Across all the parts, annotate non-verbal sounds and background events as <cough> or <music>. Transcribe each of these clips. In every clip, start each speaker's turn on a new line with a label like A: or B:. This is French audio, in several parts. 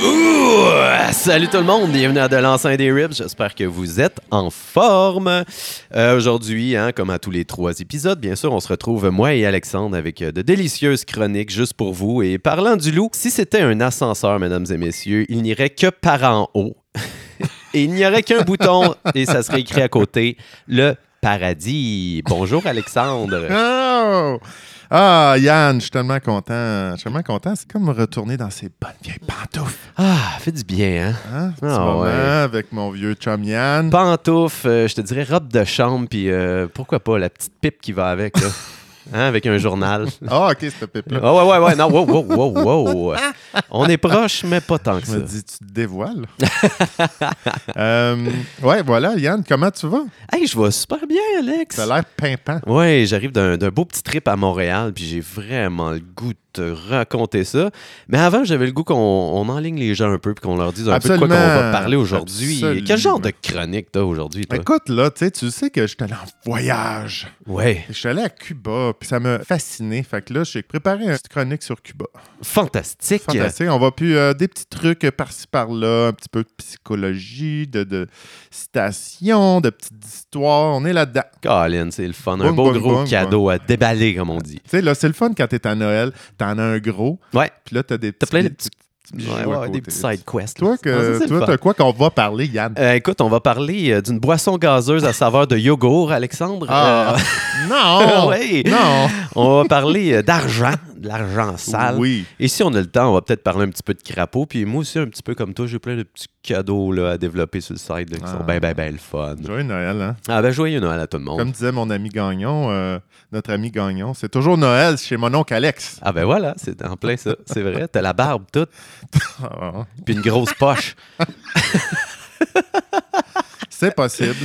A: Ouh! Salut tout le monde, bienvenue à De l'enceinte des Ribs. J'espère que vous êtes en forme. Euh, Aujourd'hui, hein, comme à tous les trois épisodes, bien sûr, on se retrouve, moi et Alexandre, avec euh, de délicieuses chroniques juste pour vous. Et parlant du loup, si c'était un ascenseur, mesdames et messieurs, il n'irait que par en haut. <laughs> et il n'y aurait qu'un bouton, et ça serait écrit à côté, le paradis. Bonjour Alexandre.
B: Oh! Ah, Yann, je suis tellement content. Je suis tellement content. C'est comme retourner dans ces bonnes vieilles pantoufles.
A: Ah, fait du bien, hein?
B: Hein? Petit
A: Ah,
B: moment
A: ouais.
B: avec mon vieux chum Yann.
A: pantoufles, euh, je te dirais robe de chambre, puis euh, pourquoi pas la petite pipe qui va avec,
B: <laughs>
A: là. Hein, avec un journal.
B: Ah, OK, cette pipe-là.
A: Ah ouais, ouais, ouais, non, wow, wow, wow, wow. On est proche, mais pas tant que
B: Je
A: ça.
B: me dis, tu
A: <laughs>
B: te dévoiles. Euh, ouais, voilà, Yann, comment tu vas?
A: Hey, je vais super bien, Alex.
B: Ça a l'air pimpant.
A: Ouais, j'arrive d'un d'un beau petit trip à Montréal, puis j'ai vraiment le goût de te raconter ça. Mais avant, j'avais le goût qu'on on enligne les gens un peu, puis qu'on leur dise un peu de quoi qu'on va
B: Absolument.
A: parler aujourd'hui.
B: Absolument.
A: Quel genre de chronique t'as aujourd'hui, toi?
B: Écoute, là, tu sais, tu sais que je suis allé en voyage.
A: Ouais,
B: Je suis allé à Cuba, puis ça m'a fasciné. Fait que là, j'ai préparé une petite chronique sur Cuba.
A: fantastique.
B: Fantastique. On va plus euh, des petits trucs euh, par-ci par-là, un petit peu de psychologie, de, de citations, de petites histoires. On est là-dedans.
A: Colin, c'est le fun. un
B: Boum,
A: beau
B: boum,
A: gros
B: boum,
A: cadeau à déballer, comme on dit.
B: Tu sais, là, c'est le fun quand t'es à Noël, t'en as un gros,
A: Ouais.
B: puis là, t'as des petits.
A: T'as plein de
B: des
A: petits,
B: petits
A: ouais,
B: jouets à
A: ouais, des
B: côté.
A: petits side quests. là.
B: Toi,
A: Ouais, ça,
B: que,
A: c'est le
B: toi,
A: fun.
B: t'as quoi qu'on va parler, Yann?
A: Euh, écoute, on va parler euh, d'une boisson gazeuse à saveur de yogourt, Alexandre.
B: Ah,
A: <laughs> Euh,
B: non!
A: ouais.
B: Non!
A: on va parler euh, d'argent, de l'argent sale.
B: Oui.
A: Et si on a le temps, on va peut-être parler un petit peu de crapaud. Puis moi aussi, un petit peu comme toi, j'ai plein de petits cadeaux là, à développer sur le site là, qui sont
B: Ah.
A: bien, bien, bien le fun.
B: Joyeux Noël, hein?
A: Ah ben, joyeux Noël à tout le monde.
B: Comme disait mon ami Gagnon, euh, notre ami Gagnon, c'est toujours Noël chez mon oncle Alex.
A: Ah ben voilà, c'est en plein ça. C'est vrai, t'as la barbe toute,
B: Ah,
A: puis une grosse poche.
B: c'est possible.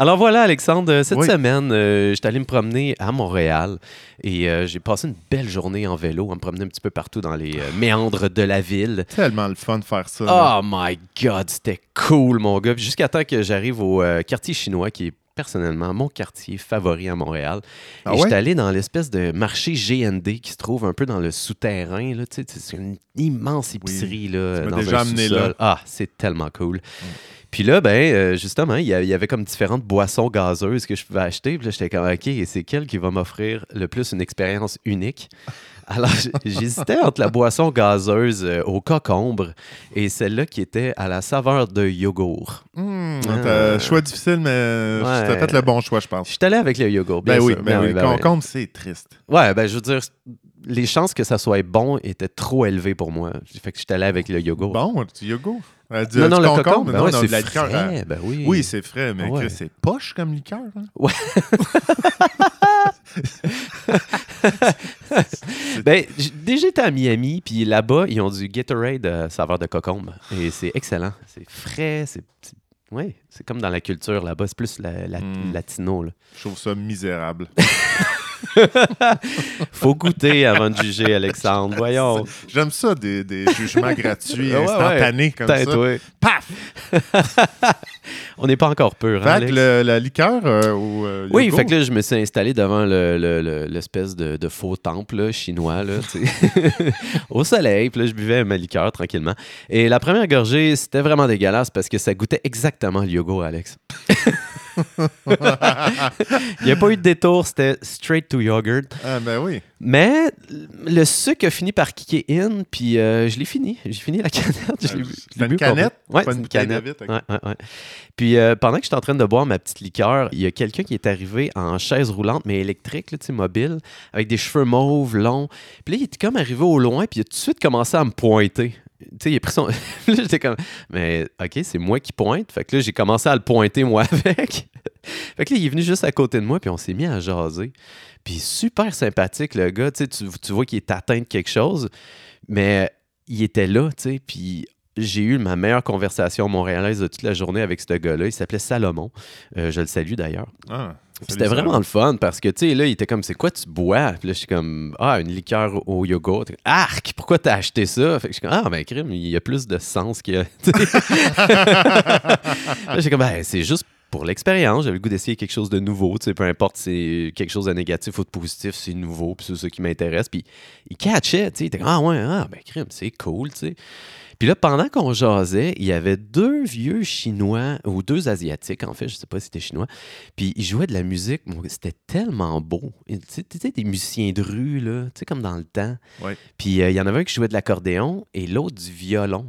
A: Alors voilà, Alexandre, euh, cette
B: Oui.
A: semaine, euh, j'étais allé me promener à Montréal et euh, j'ai passé une belle journée en vélo, à me promener un petit peu partout dans les euh, méandres de la ville.
B: Tellement le fun de faire ça.
A: Oh
B: là.
A: my God, c'était cool, mon gars. Puis Jusqu'à temps que j'arrive au euh, quartier chinois, qui est personnellement mon quartier favori à Montréal.
B: Ah
A: et
B: ouais?
A: j'étais allé dans l'espèce de marché GND qui se trouve un peu dans le souterrain. là, tu sais, C'est une immense épicerie. là,
B: Tu m'as
A: euh, dans
B: déjà
A: un
B: amené
A: sous-sol.
B: là.
A: Ah, c'est tellement cool. Puis là, ben, euh, justement, il y, a- il y avait comme différentes boissons gazeuses que je pouvais acheter. Puis là, j'étais comme, OK, et c'est quelle qui va m'offrir le plus une expérience unique? <laughs> Alors, j- j'hésitais entre la boisson gazeuse euh, au cocombre et celle-là qui était à la saveur de yogourt.
B: Hmm,
A: Ah.
B: t'as- Choix difficile, mais
A: Ouais.
B: t'as fait le bon choix, je pense.
A: Je suis allé avec le yogourt, bien
B: Ben oui,
A: sûr.
B: ben oui.
A: ben
B: Concombre, c'est triste.
A: oui. Ouais, ben, je veux dire, les chances que ça soit bon étaient trop élevées pour moi. Fait que je suis allé avec le yogourt.
B: Bon, du yogourt. Euh, du,
A: non, non,
B: du
A: le
B: concombre,
A: cocombre, ben
B: non,
A: ouais,
B: non,
A: c'est
B: de la liqueur.
A: frais,
B: hein.
A: ben oui.
B: Oui, c'est frais, mais
A: Ouais.
B: que c'est poche comme liqueur. hein.
A: Ouais.
B: C'est-
A: Ben, j'ai déjà été à Miami, puis là-bas, ils ont du Gatorade euh, saveur de cocombe. Et c'est excellent. C'est frais, c'est. c'est- Ouais, c'est comme dans la culture là-bas, c'est plus la, la-
B: Mm.
A: latino. Là.
B: Je trouve
A: <laughs>
B: ça misérable.
A: Faut goûter avant de juger,
B: <laughs>
A: Alexandre. Voyons.
B: J'aime ça, des, des jugements
A: <laughs>
B: gratuits,
A: Ouais, ouais.
B: instantanés comme ça.
A: Tain, toi.
B: Paf!
A: On n'est pas encore pur. hein,
B: Fait que
A: Alex?
B: le- la liqueur euh, au euh,
A: Oui,
B: yogourt,
A: fait que là, je me suis installé devant le- le- le- l'espèce de, de faux temple là, chinois, là, tu sais. <laughs> au soleil. Puis là, je buvais ma liqueur tranquillement. Et la première gorgée, c'était vraiment dégueulasse parce que ça goûtait exactement le yogourt, Alex. <laughs> Il n'y a pas eu de détour, c'était straight to yogurt.
B: Ah, ben oui.
A: Mais le sucre a fini par kicker in, puis euh, je l'ai fini. J'ai fini la <laughs> canette.
B: Euh,
A: je l'ai bu-
B: c'est
A: je l'ai bu
B: une
A: complète.
B: canette?
A: Ouais, c'est
B: Pas une
A: une
B: bouteille de
A: canette.
B: vitre, ok.
A: Ouais, ouais, ouais. Puis euh, pendant que j'étais en train de boire ma petite liqueur, il y a quelqu'un qui est arrivé en chaise roulante, mais électrique, là, tu sais, mobile, avec des cheveux mauves, longs. Puis là, il était comme arrivé au loin, puis il a tout de suite commencé à me pointer. Tu sais, il a pris son. <laughs> Puis là, j'étais comme, mais OK, c'est moi qui pointe. Fait que là, j'ai commencé à le pointer, moi, <laughs> avec. Fait que là, il est venu juste à côté de moi, puis on s'est mis à jaser. Puis super sympathique, le gars. Tu, sais, tu, tu vois qu'il est atteint de quelque chose, mais il était là, tu sais. Puis j'ai eu ma meilleure conversation montréalaise de toute la journée avec ce gars-là. Il s'appelait Salomon. Euh, je le salue d'ailleurs.
B: Ah.
A: Puis C'était vraiment le fun parce que, tu sais, là, il était comme, c'est quoi tu bois? Puis là, je suis comme, ah, une liqueur au yogourt. Arc, pourquoi t'as acheté ça? Fait que je suis comme, ah, ben, crime, il y a <laughs> plus de sens que. là, j'étais comme, ben, c'est juste pour l'expérience. J'avais le goût d'essayer quelque chose de nouveau, tu sais, peu importe si c'est quelque chose de négatif ou de positif, c'est nouveau, puis c'est ça qui m'intéresse. Puis il catchait, tu sais, il était comme, ah, ouais, ah, ben, crime, c'est cool, tu sais. Puis là, pendant qu'on jasait, il y avait deux vieux Chinois, ou deux Asiatiques, en fait, je sais pas si c'était Chinois, puis ils jouaient de la musique. Mon- C'était tellement beau. Tu sais, tu sais, des musiciens de rue, là, tu sais, comme dans le temps.
B: Ouais.
A: Puis euh, il y en avait un qui jouait de l'accordéon et l'autre du violon.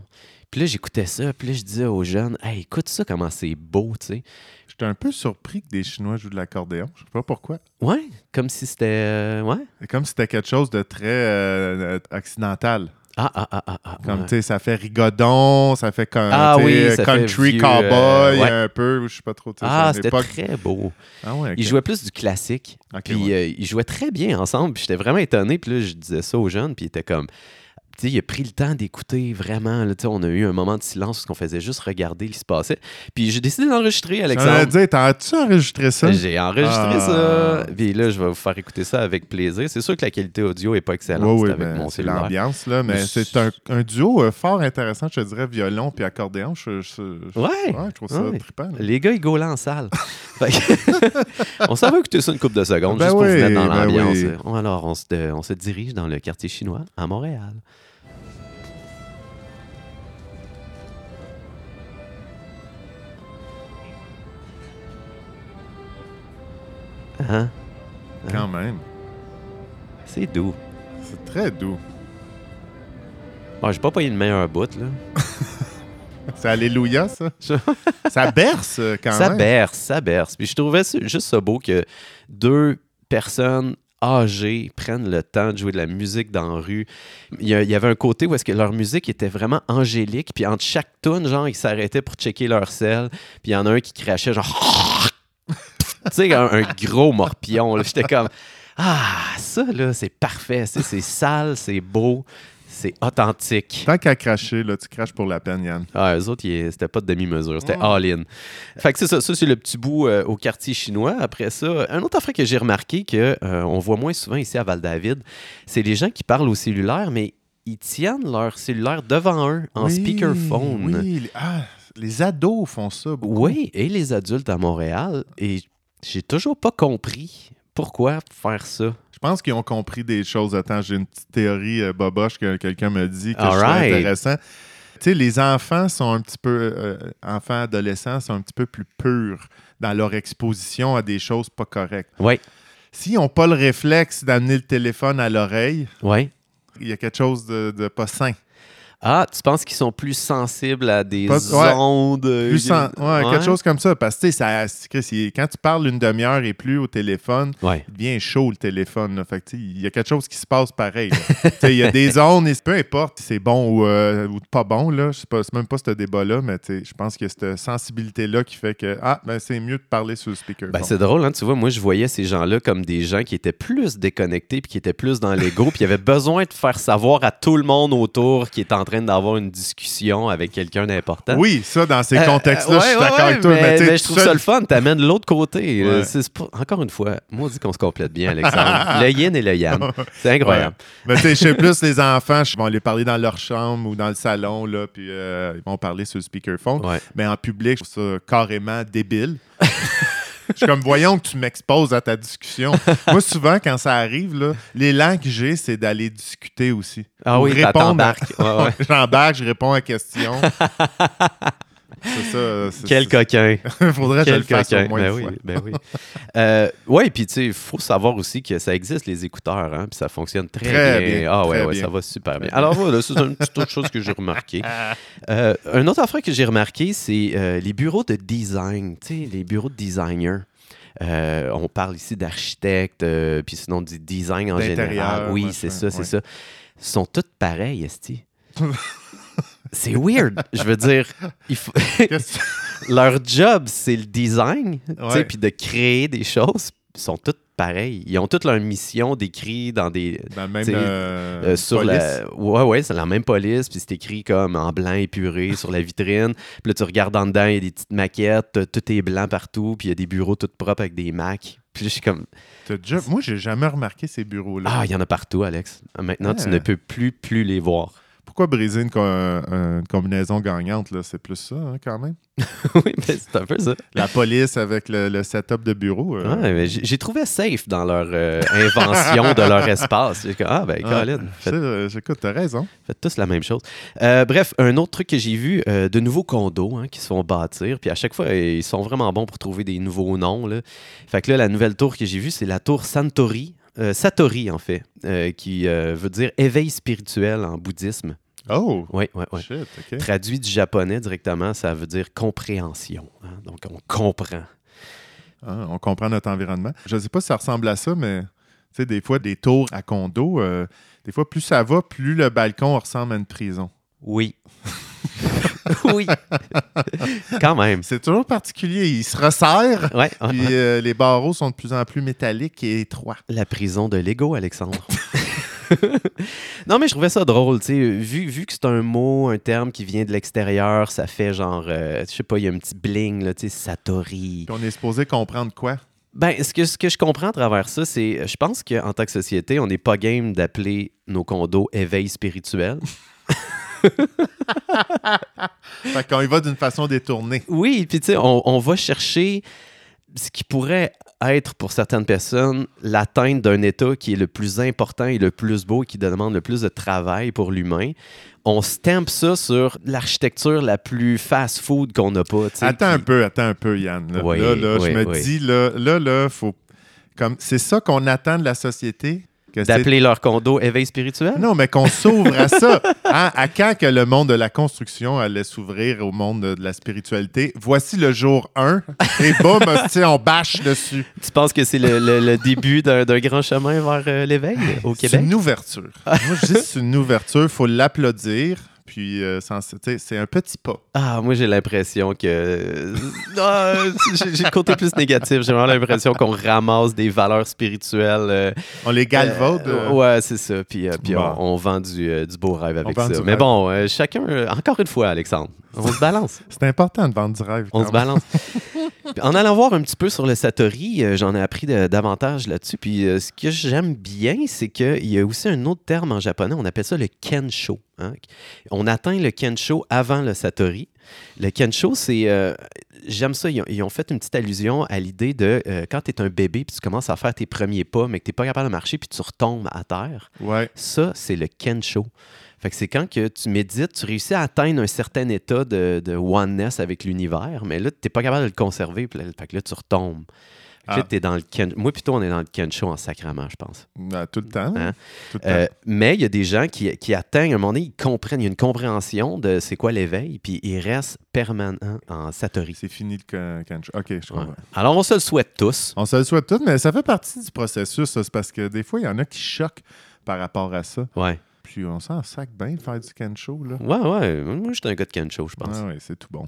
A: Puis là, j'écoutais ça, puis là, je disais aux jeunes, hey, écoute ça, comment c'est beau, tu sais.
B: J'étais un peu surpris que des Chinois jouent de l'accordéon. Je sais pas pourquoi.
A: Ouais, comme si c'était. euh, ouais.
B: C'est comme si c'était quelque chose de très euh, euh, occidental.
A: Ah, ah, ah, ah, ah.
B: Comme,
A: ouais.
B: tu sais, ça fait rigodon, ça fait comme,
A: Ah
B: tu sais,
A: oui,
B: euh,
A: ça fait
B: country,
A: vieux,
B: cowboy,
A: euh, ouais.
B: un peu, je sais pas trop. tu sais,
A: Ah,
B: c'est
A: c'était
B: une époque-
A: très beau.
B: Ah ouais, ok.
A: Ils jouaient plus du classique.
B: Ok,
A: puis
B: ouais.
A: euh, ils jouaient très bien ensemble. Puis j'étais vraiment étonné. Puis là, je disais ça aux jeunes. Puis ils étaient comme. Tu sais, il a pris le temps d'écouter vraiment. Là, Tu sais, on a eu un moment de silence où qu'on faisait juste regarder ce qui se passait. Puis j'ai décidé d'enregistrer,
B: J'allais
A: Alexandre.
B: dire, t'as-tu enregistré ça?
A: euh, J'ai enregistré
B: Ah.
A: ça. Puis là, je vais vous faire écouter ça avec plaisir. C'est sûr que la qualité audio n'est pas excellente
B: Ouais,
A: c'est
B: ouais,
A: avec
B: ben,
A: mon
B: c'est
A: cellulaire.
B: l'ambiance, là, mais
A: Mais
B: c'est
A: c'est-
B: un, un duo euh, fort intéressant, je te dirais, violon puis accordéon. Je, je- je-
A: Ouais.
B: je trouve ça
A: Ouais.
B: trippant. là.
A: Les gars, ils gaulaient en salle. <laughs> Fait que- <laughs> on s'en va écouter ça une couple de secondes,
B: Ben
A: juste pour
B: oui,
A: vous mettre dans
B: ben
A: l'ambiance.
B: oui.
A: On- Alors, on se, on se dirige dans le quartier chinois à Montréal. Hein?
B: Quand même.
A: C'est doux.
B: C'est très doux.
A: Bon, j'ai pas payé le meilleur bout, là.
B: C'est Alléluia,
A: <laughs>
B: ça?
A: Je-
B: ça berce euh, quand
A: ça
B: même.
A: berce, ça berce. Puis je trouvais ça- juste ça beau que deux personnes âgées prennent le temps de jouer de la musique dans la rue. Il y, a- il y avait un côté où est-ce que leur musique était vraiment angélique, puis entre chaque tune, genre, ils s'arrêtaient pour checker leur selle, puis il y en a un qui crachait genre... <laughs> tu sais, un, un gros morpion. là. J'étais comme... Ah, ça, là, c'est parfait. C'est c'est sale, c'est beau, c'est authentique.
B: Tant qu'à cracher, là, tu craches pour la peine, Yann.
A: Ah, eux autres, ils- c'était pas de demi-mesure, c'était
B: Mm.
A: all-in. Fait que c'est ça, ça c'est le petit bout euh, au quartier chinois. Après ça, un autre affaire que j'ai remarqué que euh, on voit moins souvent ici à Val-David, c'est les gens qui parlent au cellulaire, mais ils tiennent leur cellulaire devant eux en
B: Oui,
A: speakerphone.
B: Oui, les- ah, les ados font ça beaucoup.
A: Oui, et les adultes à Montréal. Et j'ai toujours pas compris pourquoi faire ça.
B: Je pense qu'ils ont compris des choses. Attends, j'ai une petite théorie euh, boboche que quelqu'un me dit que
A: All
B: je trouve
A: right.
B: intéressant. Tu sais, les enfants sont un petit peu, euh, enfants, adolescents, sont un petit peu plus purs dans leur exposition à des choses pas correctes.
A: Oui,
B: S'ils n'ont pas le réflexe d'amener le téléphone à l'oreille,
A: oui.
B: il y a quelque chose de, de pas sain.
A: Ah, tu penses qu'ils sont plus sensibles à des
B: Pas- ouais.
A: ondes? euh,
B: Plus sain. Ouais,
A: ouais.
B: quelque chose comme ça. Parce que, tu sais, ça- Chris, il- quand tu parles une demi-heure et plus au téléphone,
A: Ouais.
B: il devient chaud le téléphone. là. Fait que, tu sais, il y a quelque chose qui se passe pareil. là. <laughs> Tu sais, il y a des zones, et peu importe si c'est bon ou, euh, ou pas bon, là, je sais pas, c'est même pas ce débat-là, mais tu sais, je pense qu'il y a cette sensibilité-là qui fait que ah, ben, c'est mieux de parler sur le speaker.
A: Ben, c'est drôle, hein? tu vois, moi je voyais ces gens-là comme des gens qui étaient plus déconnectés, puis qui étaient plus dans l'ego, puis qui avaient besoin de faire savoir à tout le monde autour qui est en train d'avoir une discussion avec quelqu'un d'important.
B: oui, ça, dans ces
A: Euh,
B: contextes-là,
A: euh,
B: je suis
A: ouais,
B: d'accord
A: ouais,
B: avec toi, mais,
A: Mais,
B: tu sais,
A: mais je
B: tout
A: trouve ça
B: seul-
A: le fun, t'amènes de l'autre côté. Euh,
B: Ouais.
A: C'est- c'est pas- Encore une fois, moi dit qu'on se complète bien, Alexandre. le yin et le yang.
B: <laughs>
A: C'est incroyable.
B: <laughs> Mais tu sais, je sais plus, les enfants, je- ils vont aller parler dans leur chambre ou dans le salon, là, puis euh, ils vont parler sur le speakerphone.
A: Ouais.
B: Mais en public, je trouve ça carrément débile. Je suis comme, voyons que tu m'exposes à ta discussion. Moi, souvent, quand ça arrive, là, l'élan que j'ai, c'est d'aller discuter aussi.
A: Ah
B: Ou
A: oui, t'as-
B: répondre à-
A: t'embarques. Ouais, ouais.
B: <laughs> J'embarque, je réponds à questions. c'est ça. c'est-
A: Quel
B: c'est-
A: coquin.
B: <laughs> Faudrait que je le fasse au
A: coquin.
B: moins
A: Ben
B: une
A: oui,
B: fois.
A: ben
B: <laughs>
A: oui. Euh, ouais, puis tu sais, il faut savoir aussi que ça existe les écouteurs, hein, puis ça fonctionne très,
B: Très bien,
A: Ah ouais,
B: très
A: ouais,
B: bien.
A: ça va super bien. Alors voilà, c'est une petite autre chose que j'ai
B: <laughs>
A: remarqué. Euh, un autre affaire que j'ai remarqué, c'est euh, les bureaux de design, tu sais, les bureaux de designers. Euh, on parle ici d'architectes, euh, puis sinon du design en
B: D'intérieur,
A: général. Oui,
B: machin,
A: c'est ça, c'est
B: ouais.
A: ça. Sont toutes pareilles,
B: <laughs>
A: Esti. c'est weird. Je veux dire, il faut...
B: Qu'est-ce que-
A: leur job, c'est le design, tu sais,
B: Ouais.
A: puis de créer des choses. Ils sont toutes pareil. Ils ont toutes leur mission décrite dans des.
B: Dans le ben, même
A: T'sais,
B: euh,
A: euh, sur
B: police.
A: la ouais ouais c'est la même police puis c'est écrit comme en blanc
B: <laughs>
A: épuré sur la vitrine puis là tu regardes en dedans il y a des petites maquettes euh, tout est blanc partout puis il y a des bureaux tout propres avec des Macs puis je suis comme
B: T'as déjà- Moi, j'ai jamais remarqué ces bureaux-là.
A: ah il y en a partout Alex maintenant tu
B: Ah.
A: ne peux plus plus les voir <laughs>
B: Pourquoi briser une, co- euh, une combinaison gagnante? là? C'est plus ça, hein, quand même.
A: oui mais c'est un peu ça
B: La police avec le, le setup de bureau. euh,
A: Ouais, mais j'ai j'ai trouvé safe dans leur euh, invention de
B: <laughs>
A: leur espace J'ai comme, ah ben
B: ah,
A: Colin
B: c'est-
A: faites,
B: euh, Écoute, t'as raison.
A: faites tous la même chose Euh, bref un autre truc que j'ai vu euh, de nouveaux condos hein, qui se font bâtir puis à chaque fois euh, ils sont vraiment bons pour trouver des nouveaux noms là. Fait que là, la nouvelle tour que j'ai vue, c'est la tour Santori. euh, Satori, en fait, euh, qui euh, veut dire éveil spirituel en bouddhisme.
B: Oh,
A: Oui, oui, oui.
B: shit, OK.
A: Traduit du japonais directement, ça veut dire compréhension. hein. Donc, on comprend.
B: Ah, on comprend notre environnement. Je ne sais pas si ça ressemble à ça, mais tu sais, des fois, des tours à condo, euh, des fois, plus ça va, plus le balcon ressemble à une prison.
A: Oui. oui. Quand même.
B: C'est toujours particulier. Il se
A: <laughs>
B: resserre,
A: Ouais, ouais, ouais.
B: puis euh, les barreaux sont de plus en plus métalliques et étroits.
A: La prison de Lego, Alexandre. <laughs> non, mais je trouvais ça drôle, tu sais. Vu, vu que c'est un mot, un terme qui vient de l'extérieur, ça fait genre, euh, je sais pas, il y a un petit bling, là, tu sais, Satori.
B: Puis on est supposé comprendre quoi?
A: Ben, ce que, ce que je comprends à travers ça, c'est je pense qu'en tant que société, on n'est pas game d'appeler nos condos éveil spirituel.
B: Fait qu'on y va d'une façon détournée.
A: Oui, puis tu sais, on, on va chercher ce qui pourrait être pour certaines personnes l'atteinte d'un état qui est le plus important et le plus beau et qui demande le plus de travail pour l'humain. On stampe ça sur l'architecture la plus fast-food qu'on n'a pas. tu sais,
B: Attends un
A: qui-
B: peu, attends un peu, Yann. Là,
A: Oui,
B: là, là,
A: oui,
B: je me
A: oui.
B: dis, là, là, là, faut. comme C'est ça qu'on attend de la société? Que c'est-
A: D'appeler leur condo éveil spirituel?
B: Non, mais qu'on s'ouvre à ça. Hein? À quand que le monde de la construction allait s'ouvrir au monde de la spiritualité? Voici le jour 1 et boum, <laughs> hostie, on bâche dessus.
A: Tu penses que c'est le, le- le début d'un d'un grand chemin vers euh, l'éveil au
B: C'est
A: Québec?
B: une ouverture. Moi, je dis que c'est une ouverture, il faut l'applaudir. Puis, euh, sans- tu sais, c'est un petit pas.
A: Ah, moi j'ai l'impression que. Ah, j'ai j'ai le côté plus négatif. J'ai vraiment l'impression qu'on ramasse des valeurs spirituelles. euh,
B: On les galvaude.
A: euh,
B: euh,
A: ouais, c'est ça. Puis, euh, puis
B: Bon.
A: on, on vend du, euh, du beau rêve avec
B: vend
A: ça.
B: du
A: Mais
B: rêve.
A: bon, euh, chacun, euh, encore une fois, Alexandre, on se balance.
B: C'est important de vendre du rêve.
A: On
B: quand
A: se
B: même.
A: balance. Puis en allant voir un petit peu sur le Satori, euh, j'en ai appris de- davantage là-dessus. Puis euh, ce que j'aime bien, c'est qu'il y a aussi un autre terme en japonais, on appelle ça le Kensho. hein. On atteint le Kensho avant le Satori. Le Kensho, c'est. euh, J'aime ça, ils ont, ils ont fait une petite allusion à l'idée de euh, quand tu es un bébé puis tu commences à faire tes premiers pas, mais que tu n'es pas capable de marcher puis tu retombes à terre.
B: Ouais.
A: Ça, c'est le Kensho. Fait que c'est quand que tu médites, tu réussis à atteindre un certain état de, de oneness avec l'univers, mais là, tu n'es pas capable de le conserver. puis là- Fait que là, tu retombes. Fait que là,
B: Ah.
A: t'es dans le Ken- Moi, plutôt, on est dans le Kensho en sacrament, je pense.
B: Ben, tout le temps.
A: Hein?
B: Tout le temps.
A: Euh, mais il y a des gens qui, qui atteignent, à un moment donné, ils comprennent, il y a une compréhension de c'est quoi l'éveil, puis ils restent permanents en satori.
B: C'est fini le can- cancho. OK, je
A: Ouais.
B: comprends.
A: Alors, on se le souhaite tous.
B: On se le souhaite tout, mais ça fait partie du processus. ça. C'est parce que des fois, il y en a qui choquent par rapport à ça.
A: Ouais.
B: Puis on s'en sac bien de faire du cancho, là.
A: Ouais, ouais. Moi, je suis un gars de Kensho, je pense.
B: Ah oui, c'est tout bon.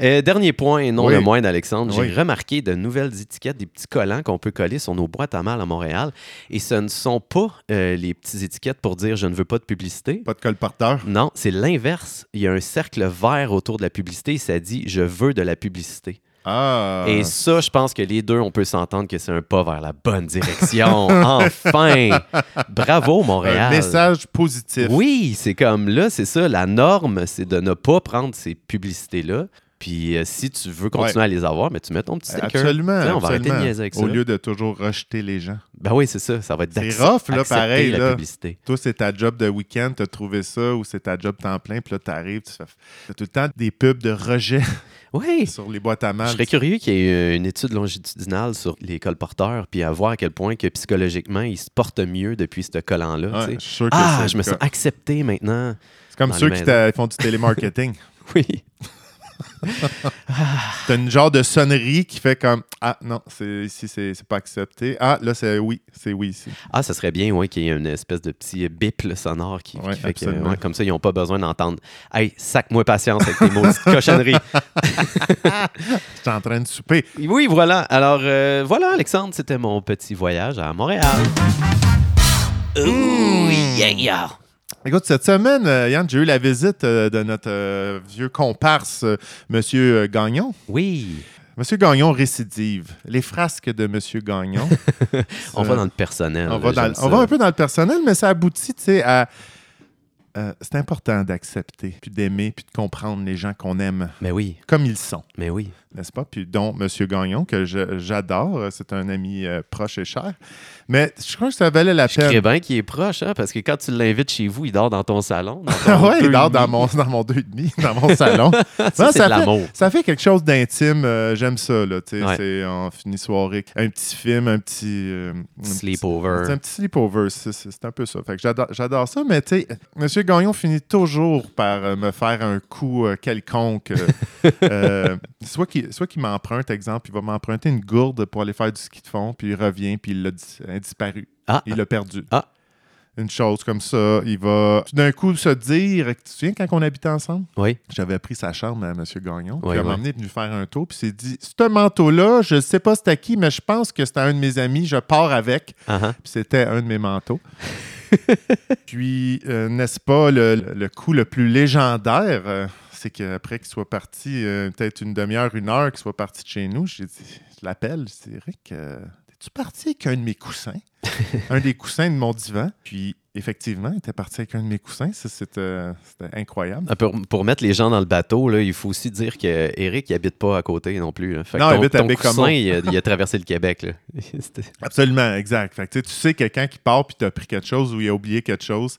A: Euh, dernier point, et non
B: Oui.
A: le moindre, Alexandre. J'ai
B: Oui.
A: remarqué de nouvelles étiquettes, des petits collants qu'on peut coller sur nos boîtes à mal à Montréal. Et ce ne sont pas euh, les petites étiquettes pour dire je ne veux pas de publicité.
B: Pas de colporteur.
A: Non, c'est l'inverse. Il y a un cercle vert autour de la publicité et ça dit je veux de la publicité.
B: Ah!
A: Et ça, je pense que les deux, on peut s'entendre que c'est un pas vers la bonne
B: <laughs>
A: direction. enfin! Bravo, Montréal!
B: un message positif.
A: Oui, c'est comme là, c'est ça. La norme, c'est de ne pas prendre ces publicités-là. Puis euh, si tu veux continuer à les avoir, mais tu mets ton petit sticker.
B: Euh, Absolument.
A: Tu sais, on va arrêter de
B: absolument.
A: niaiser avec ça.
B: Au lieu de toujours rejeter les gens.
A: Ben oui, c'est ça. Ça va être
B: C'est
A: d'accepter
B: rough, là,
A: accepter
B: pareil,
A: la
B: là.
A: publicité.
B: Toi, c'est ta job de week-end, t'as trouvé ça, ou c'est ta job temps plein, puis là, t'arrives, tu fais. T'as tout le temps des pubs
A: <laughs>
B: de rejet
A: Oui.
B: sur les boîtes à
A: Je
B: mal.
A: serais curieux qu'il y ait une étude longitudinale sur les colporteurs, puis à voir à quel point que psychologiquement, ils se portent mieux depuis ce collant-là.
B: Ouais,
A: tu sais.
B: je suis sûr que
A: Ah,
B: c'est
A: je
B: le
A: me
B: cas.
A: sens accepté maintenant. <laughs>
B: C'est comme
A: dans
B: ceux
A: les <laughs>
B: qui t'a- font du télémarketing.
A: Oui.
B: T'as une genre de sonnerie qui fait comme Ah non, c'est, ici c'est, c'est pas accepté. Ah là c'est oui, c'est oui ici.
A: Ah, ça serait bien, oui, qu'il y ait une espèce de petit bip là, sonore qui, qui
B: Ouais,
A: fait que,
B: absolument.
A: ouais, comme ça, ils n'ont pas besoin d'entendre Hey, sac-moi patience avec tes
B: <laughs>
A: maudites cochonneries.
B: J'étais en train de souper.
A: Oui, voilà. Alors, euh, voilà, Alexandre, c'était mon petit voyage à Montréal. Ouh, yeah, yeah.
B: Écoute, cette semaine, euh, Yann, j'ai eu la visite euh, de notre euh, vieux comparse, euh, Monsieur euh, Gagnon.
A: Oui,
B: Monsieur Gagnon récidive. Les frasques de Monsieur Gagnon.
A: <laughs> on va dans le personnel.
B: Euh, on va,
A: là,
B: dans
A: j'aime
B: le- on va un peu dans le personnel, mais ça aboutit, tu sais, à. euh, c'est important d'accepter, puis d'aimer, puis de comprendre les gens qu'on aime
A: Mais oui,
B: comme ils sont,
A: mais oui.
B: n'est-ce pas? Puis dont M. Gagnon, que je- j'adore, c'est un ami euh, proche et cher. Mais je crois que ça valait la
A: Je crée
B: peine.
A: bien qu'il est proche, hein, parce que quand tu l'invites chez vous, il dort dans ton salon. dans ton
B: <laughs> ouais, il
A: deux
B: dort
A: lits.
B: dans mon, dans mon deux et demi, dans mon salon.
A: Ça,
B: Non,
A: c'est
B: ça
A: de
B: fait-
A: l'amour.
B: Ça fait quelque chose d'intime. euh, J'aime ça, là. tu sais,
A: Ouais.
B: C'est en finie soirée. Un petit film, un petit. euh, un petit-
A: Sleepover.
B: C'est un petit sleepover, c'est- c'est c'est un peu ça. Fait que j'adore- j'adore ça, mais tu sais, M. Gagnon finit toujours par euh, me faire un coup euh, quelconque.
A: <laughs>
B: euh, euh, soit qu'il soit qu'il m'emprunte, exemple, il va m'emprunter une gourde pour aller faire du ski de fond, puis il revient, puis il l'a dis- elle a disparu.
A: Ah.
B: Il l'a perdu.
A: Ah.
B: Une chose comme ça, il va tout d'un coup se dire, tu te souviens quand on habitait ensemble?
A: Oui.
B: J'avais pris sa chambre à M. Gagnon.
A: Ouais,
B: puis elle m'a
A: ouais.
B: emmené venu faire un tour. Puis il s'est dit Ce manteau-là, je ne sais pas c'était qui, mais je pense que c'était un de mes amis. Je pars avec.
A: Ah, ah.
B: Puis c'était un de
A: <laughs>
B: mes manteaux. puis, euh, n'est-ce pas, le, le coup le plus légendaire, euh, c'est qu'après qu'il soit parti, euh, peut-être une demi-heure, une heure, qu'il soit parti de chez nous, j'ai dit Je l'appelle, je dis Eric, euh, es-tu parti avec un de
A: <laughs>
B: mes coussins Un des coussins de mon divan. Puis, effectivement, il était parti avec un de mes coussins. Ça, c'était euh, c'était incroyable.
A: Ah, Pour, pour mettre les gens dans le bateau, là, il faut aussi dire que Eric il habite pas à côté non plus. là. Fait que
B: Non, il
A: ton,
B: habite à
A: ton
B: Bécamo.
A: coussin, il a, il a traversé le Québec.
B: <laughs>
A: là. C'était-
B: Absolument, exact. Fait que, tu sais, tu sais quelqu'un qui part puis t'as pris quelque chose ou il a oublié quelque chose,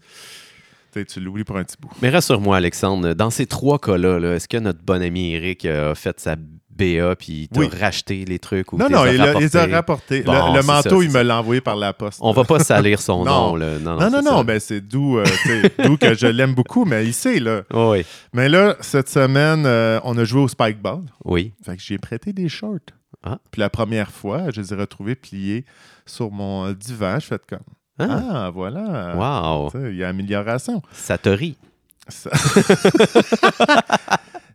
B: tu sais, tu l'oublies pour un petit bout.
A: Mais rassure-moi, Alexandre, dans ces trois cas-là, là, est-ce que notre bon ami Eric a fait sa BA puis il t'a
B: Oui.
A: racheté les trucs ou
B: non,
A: t'es
B: non, il a,
A: rapporté?
B: il les a rapportés. Le-
A: Bon,
B: le
A: c'est
B: manteau,
A: ça,
B: il
A: c'est
B: me l'a envoyé par la poste.
A: On va pas salir
B: <laughs>
A: son nom.
B: Non.
A: Là. Non,
B: non, non,
A: c'est
B: non,
A: ça.
B: ben c'est d'où euh, tu sais, d'où que je l'aime beaucoup, mais il sait, là.
A: oui,
B: Mais là, cette semaine, euh, on a joué au Spike Ball.
A: oui.
B: Fait que j'ai prêté des shorts.
A: Ah.
B: Puis la première fois, je les ai retrouvés pliés sur mon euh, divan. Je fais comme
A: Ah,
B: Ah, voilà.
A: wow,
B: Tu sais, Il y a amélioration.
A: ça te rit.
B: Ça-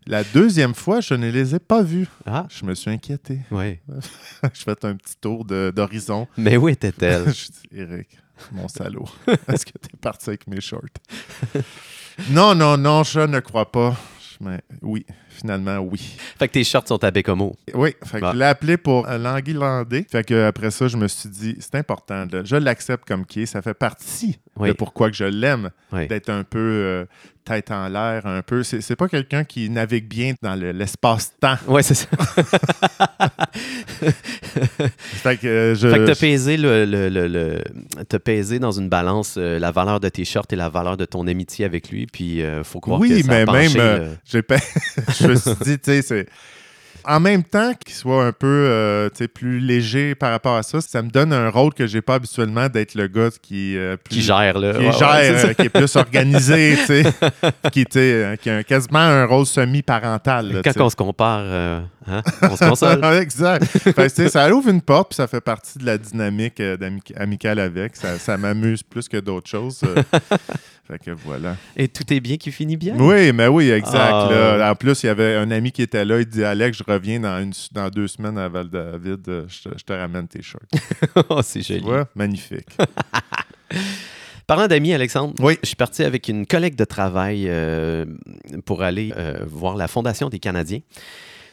B: la deuxième fois, je ne les ai pas vus.
A: Ah,
B: Je me suis inquiété.
A: oui.
B: <laughs> je fais un petit tour de- d'horizon.
A: Mais où était-elle?
B: <laughs> je dis, Eric, mon salaud, <laughs> est-ce que t'es parti avec
A: <laughs>
B: mes shorts? non, non, non, je ne crois pas. Je- Mais oui, finalement, oui.
A: fait que tes shorts sont à Bécomo.
B: Oui, fait que
A: Bah.
B: je l'ai appelé pour euh, l'anguilandais. Fait que euh, après ça, je me suis dit, c'est important. là. Je l'accepte comme qui est. Ça fait partie
A: Oui.
B: de pourquoi que je l'aime.
A: Oui.
B: d'être un peu euh, tête en l'air, un peu. C'est c'est pas quelqu'un qui navigue bien dans le- l'espace-temps.
A: Ouais, c'est
B: <laughs>
A: ça.
B: Fait que euh, je.
A: Fait que t'as
B: je-
A: pesé, le, le- le- le- t'as pesé dans une balance euh, la valeur de tes shorts et la valeur de ton amitié avec lui, puis euh, faut croire
B: Oui,
A: que ça a
B: mais
A: penché,
B: même, euh,
A: là.
B: j'ai pas- <laughs> je me suis dit, tu sais, c'est. En même temps qu'il soit un peu euh, tu sais, plus léger par rapport à ça, ça me donne un rôle que j'ai pas habituellement d'être le gars qui, euh, plus-
A: qui gère, là.
B: qui
A: Ouais, ouais,
B: gère,
A: c'est ça.
B: euh, qui est plus organisé,
A: <laughs>
B: tu sais, qui, tu sais, euh, qui a un- quasiment un rôle semi-parental. là, tu sais.
A: Quand on se compare, euh, hein, on se console.
B: <laughs> exact. Fait que, tu sais, ça ouvre une porte, puis ça fait partie de la dynamique euh, d'ami- amicale avec. Ça, ça m'amuse plus que d'autres choses.
A: <laughs>
B: euh. fait que voilà.
A: Et tout est bien qui finit bien.
B: Oui, mais oui, exact.
A: Ah.
B: là. En plus, il y avait un ami qui était là. Il dit Alex, je reviens dans, une, dans deux semaines à Val-David. euh, Je, te- je te ramène tes shorts.
A: <laughs> Oh, c'est
B: tu
A: joli.
B: vois,
A: <laughs>
B: magnifique.
A: Parlant d'amis, Alexandre,
B: Oui.
A: je suis parti avec une collègue de travail euh, pour aller euh, voir la Fondation des Canadiens.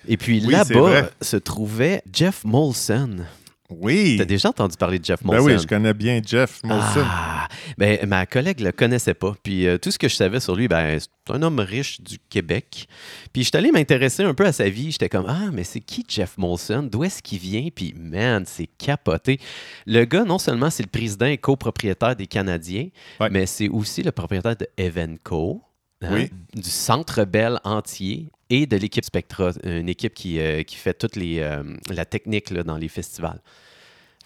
A: Et puis
B: Oui, c'est
A: là-bas
B: vrai.
A: se trouvait Jeff Molson.
B: Oui.
A: T'as déjà entendu parler de Jeff
B: Ben
A: Molson?
B: oui, je connais bien Jeff Molson.
A: Ah, ben, ma collègue le connaissait pas. Puis euh, tout ce que je savais sur lui, ben, c'est un homme riche du Québec. Puis j'étais allé m'intéresser un peu à sa vie. J'étais comme, ah, mais c'est qui Jeff Molson? D'où est-ce qu'il vient? Puis, man, c'est capoté. Le gars, non seulement c'est le président et copropriétaire des Canadiens,
B: Ouais.
A: mais c'est aussi le propriétaire de Evenco, hein,
B: Oui.
A: du Centre Bell entier et de l'équipe Spectra, une équipe qui, euh, qui fait toute les, euh, la technique là, dans les festivals.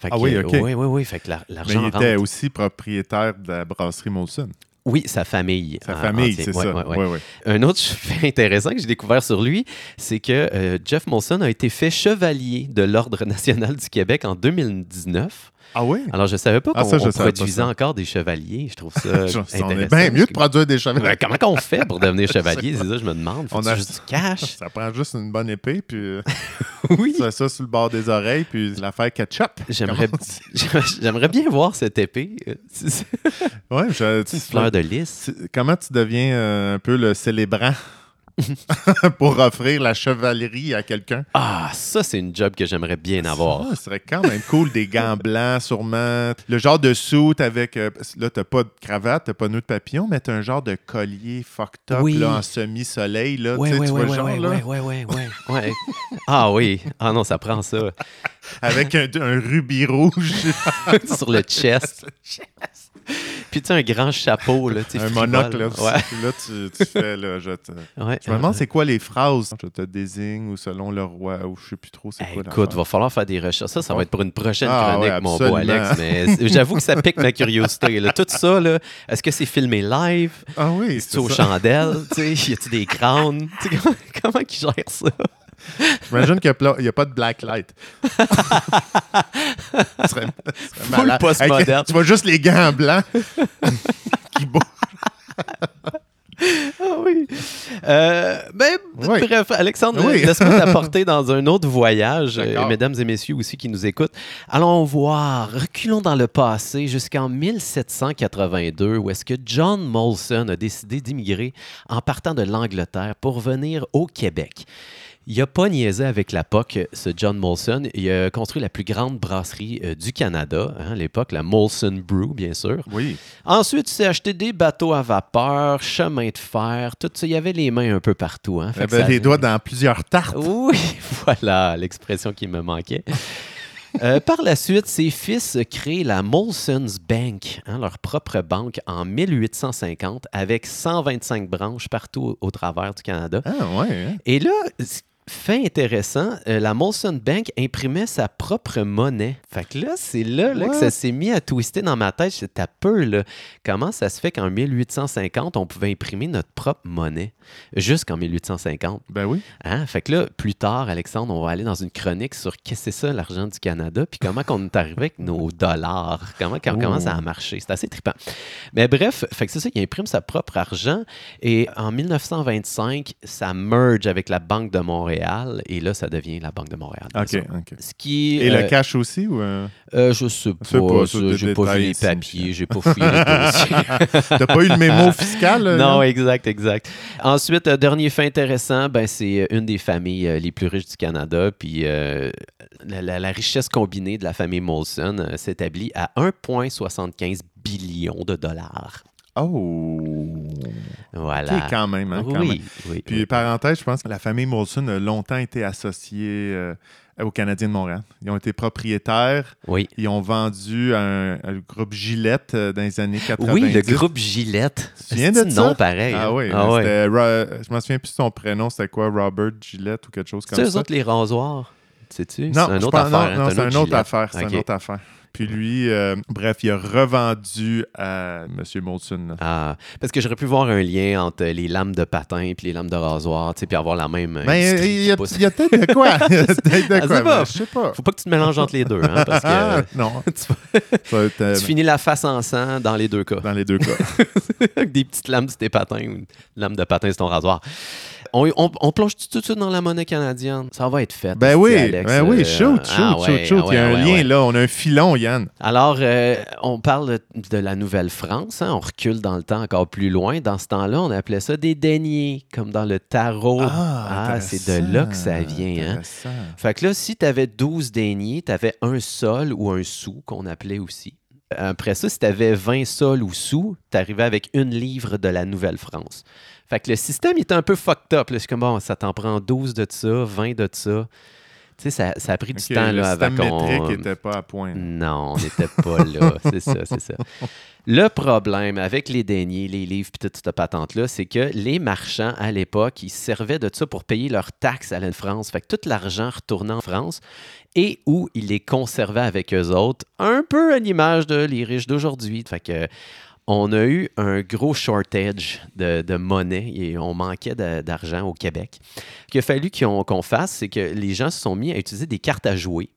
A: Fait
B: Ah
A: que,
B: oui,
A: euh,
B: ok.
A: Oui, oui, oui. Fait que la-
B: Mais
A: l'argent
B: il était
A: rentre.
B: aussi propriétaire de la brasserie Molson.
A: Oui, sa famille.
B: Sa
A: en-
B: famille,
A: entier.
B: c'est
A: Ah, Ouais,
B: ça.
A: ouais, ouais.
B: Ouais, ouais.
A: Un autre <laughs> fait intéressant que j'ai découvert sur lui, c'est que euh, Jeff Molson a été fait chevalier de l'Ordre <laughs> national du Québec en 2019.
B: Ah oui? <laughs>
A: Alors, je savais pas
B: Ah,
A: qu'on
B: ça, je
A: on
B: savais pas
A: produisait
B: ça.
A: encore des chevaliers. Je trouve ça
B: <laughs> Je-
A: intéressant.
B: on est bien mieux de produire des
A: <laughs>
B: cheveux.
A: Ouais, Comment qu'on fait pour
B: <laughs>
A: devenir chevalier? C'est ça, que je me demande.
B: On
A: Faut-tu
B: a-
A: juste du cash?
B: <laughs> Ça prend juste une bonne épée, puis euh,
A: Oui.
B: tu as ça sur le bord des oreilles, puis l'affaire ketchup.
A: J'aimerais <laughs> j'aimerais bien voir cette
B: <laughs>
A: épée. euh, c'est- c'est une
B: Ouais, je- tu-
A: Fleur de lys.
B: tu- comment tu deviens euh, un peu le célébrant <laughs> pour offrir la chevalerie à quelqu'un?
A: Ah, ça, c'est une job que j'aimerais bien avoir.
B: Ah, ce serait quand même cool, des gants blancs sûrement. Le genre de soute avec. euh, là, t'as pas de cravate, t'as pas de nœud de papillon, mais t'as un genre de collier fucked up
A: Oui.
B: là, en semi-soleil. Là,
A: Ouais,
B: tu sais,
A: ouais,
B: tu
A: ouais,
B: vois le
A: ouais,
B: genre,
A: ouais,
B: là,
A: ouais, ouais, ouais,
B: <laughs>
A: ouais, ouais. Ah oui. Ah non, ça prend ça.
B: avec un, un rubis
A: <laughs>
B: rouge,
A: Sur le chest. Puis tu sais, un grand chapeau, là, tu sais,
B: un
A: frivole.
B: monocle. Là,
A: Ouais,
B: Là, tu, tu fais. Là, je, te...
A: ouais.
B: je me demande c'est quoi les phrases. Je te désigne ou selon le roi, ou je sais plus trop c'est
A: Hey,
B: quoi.
A: écoute,
B: l'affaire.
A: va falloir faire des recherches. Ça, ça va être pour une prochaine
B: Ah,
A: chronique,
B: ouais,
A: mon beau
B: absolument.
A: Alex. Mais c'est- j'avoue que ça pique ma curiosité. là. Tout ça, là, est-ce que c'est filmé live?
B: Ah oui,
A: C'est aux
B: ça.
A: chandelles? tu sais? Y a-tu des crânes? Tu sais, Comment, comment qu'ils gèrent ça?
B: J'imagine qu'il n'y a pas de
A: <laughs>
B: black light. Ce serait- ce serait
A: Full
B: malade.
A: postmoderne.
B: Avec- Tu vois juste les gants blancs qui bougent.
A: <laughs> Ah oui. Euh, ben,
B: Oui.
A: bref, Alexandre,
B: Oui.
A: laisse-moi t'apporter dans un autre voyage,
B: D'accord.
A: euh, mesdames et messieurs aussi qui nous écoutent. Allons voir, reculons dans le passé jusqu'en 1782, où est-ce que John Molson a décidé d'immigrer en partant de l'Angleterre pour venir au Québec. Il a pas niaisé avec la POC, ce John Molson. Il a construit la plus grande brasserie euh, du Canada, hein, à l'époque, la Molson Brew, bien sûr.
B: Oui.
A: Ensuite, c'est acheté des bateaux à vapeur, chemin de fer, tout ça. Il y avait les mains un peu partout. Hein? Fait
B: Il
A: que
B: avait
A: ça-
B: les Eh ben, doigts dans plusieurs tartes.
A: Oui, <laughs> voilà l'expression qui me manquait. Euh, par la suite, ses fils créent la Molson's Bank, hein, leur propre banque, en 1850, avec 125 branches partout au, au travers du Canada.
B: Ah ouais. hein?
A: Et là, c- fait intéressant, euh, la Molson Bank imprimait sa propre monnaie. Fait que là, c'est là, là que
B: What?
A: ça s'est mis à twister dans ma tête. J'étais à peu, là. Comment ça se fait qu'en 1850, on pouvait imprimer notre propre monnaie? Jusqu'en 1850.
B: Ben oui.
A: Hein? Fait que là, plus tard, Alexandre, on va aller dans une chronique sur qu'est-ce que c'est ça, l'argent du Canada, puis comment qu'on est arrivé avec nos dollars, comment, comment,
B: Oh.
A: comment ça a marché. C'est assez trippant. Mais bref, fait que c'est ça, il imprime sa propre argent. Et en 1925, ça merge avec la Banque de Montréal, et là, ça devient la Banque de Montréal. bien
B: OK,
A: sûr.
B: OK.
A: Ce qui,
B: Et
A: euh,
B: le cash aussi ou euh,
A: euh, je sais
B: Je sais pas,
A: pas,
B: ça,
A: ça,
B: des
A: j'ai pas
B: détails
A: vu les
B: insignifiants.
A: papiers, j'ai pas fouillé
B: <laughs>
A: les dossiers.
B: t'as pas eu
A: <laughs>
B: le mémo fiscal? là,
A: Non,
B: là?
A: exact, exact. Ensuite, euh, dernier fait intéressant, ben, c'est euh, une des familles euh, les plus riches du Canada. Puis euh, la, la- la richesse combinée de la famille Molson euh, s'établit à 1,75 billion de dollars.
B: Oh.
A: Voilà.
B: OK, quand même, hein, quand
A: oui,
B: même.
A: oui,
B: Puis
A: oui.
B: parenthèse, je pense que la famille Molson a longtemps été associée euh, aux Canadiens de Montréal. Ils ont été propriétaires
A: euh, oui.
B: Ils ont vendu à un, à le groupe Gillette euh, dans les années 90.
A: Oui, le groupe Gillette.
B: Tu te souviens
A: C'est
B: de
A: non
B: ça?
A: pareil. hein?
B: Ah oui,
A: ah ouais.
B: c'était Ro- je me souviens plus de son prénom, c'était quoi, Robert Gillette ou quelque chose comme
A: C'est eux
B: ça.
A: autres les rasoirs. Sais-tu?
B: Non,
A: c'est une
B: je
A: autre
B: pense- non,
A: affaire.
B: non,
A: hein,
B: c'est une autre
A: Gillette.
B: affaire, c'est
A: Ok.
B: une autre affaire. Puis lui, euh, bref, il a revendu à M. Molson. là.
A: Ah, parce que j'aurais pu voir un lien entre les lames de patin et les lames de rasoir, tu sais, puis avoir la même. euh,
B: Mais
A: industrie
B: Ben, il
A: qui
B: y a,
A: pousse.
B: il y a peut-être
A: <laughs>
B: de quoi. <laughs> Il y a peut-être
A: Ah,
B: de
A: c'est
B: quoi,
A: pas-
B: mais je sais pas.
A: Faut pas que tu te mélanges entre les deux, hein, parce que
B: <laughs> Ah,
A: euh, <laughs>
B: non,
A: tu,
B: ça va être, euh,
A: tu finis la face en sang dans les deux
B: <laughs>
A: cas.
B: dans les
A: <laughs>
B: deux cas.
A: Avec des petites lames sur tes patins ou une lame de patin sur ton rasoir. On, on- on plonge tout de suite dans la monnaie canadienne. Ça va être fait.
B: Ben
A: c'est
B: oui,
A: Alex,
B: ben oui,
A: euh,
B: shoot, shoot,
A: ah ouais,
B: shoot, shoot.
A: ah
B: Il y a
A: ouais,
B: un
A: ouais,
B: lien
A: ouais.
B: là, on a un filon, Yann.
A: Alors, euh, on parle de la Nouvelle-France, hein, on recule dans le temps encore plus loin. Dans ce temps-là, on appelait ça des deniers, comme dans le tarot. Oh,
B: Ah,
A: Ah, c'est de là que ça vient. Hein. Fait que là, si tu avais 12 deniers, tu avais un sol ou un sou, qu'on appelait aussi. Après ça, si tu avais 20 sols ou sous, tu arrivais avec une livre de la Nouvelle-France. Fait que le système il était un peu fucked up. là. C'est comme, bon, ça t'en prend 12 de ça, 20 de ça. Tu sais, ça, ça a pris du
B: Ok,
A: temps
B: le
A: là, avant
B: système métrique
A: qu'on...
B: n'était pas à point.
A: Non, on n'était pas là. c'est ça, c'est ça. Le problème avec les deniers, les livres, puis toute cette patente-là, c'est que les marchands à l'époque, ils se servaient de ça pour payer leurs taxes à la France. Fait que tout l'argent retournait en France et où ils les conservaient avec eux autres, un peu à l'image de les riches d'aujourd'hui. Fait que on a eu un gros shortage de, de monnaie et on manquait de- d'argent au Québec. Ce qu'il a fallu qu'on qu'on fasse, c'est que les gens se sont mis à utiliser des cartes à jouer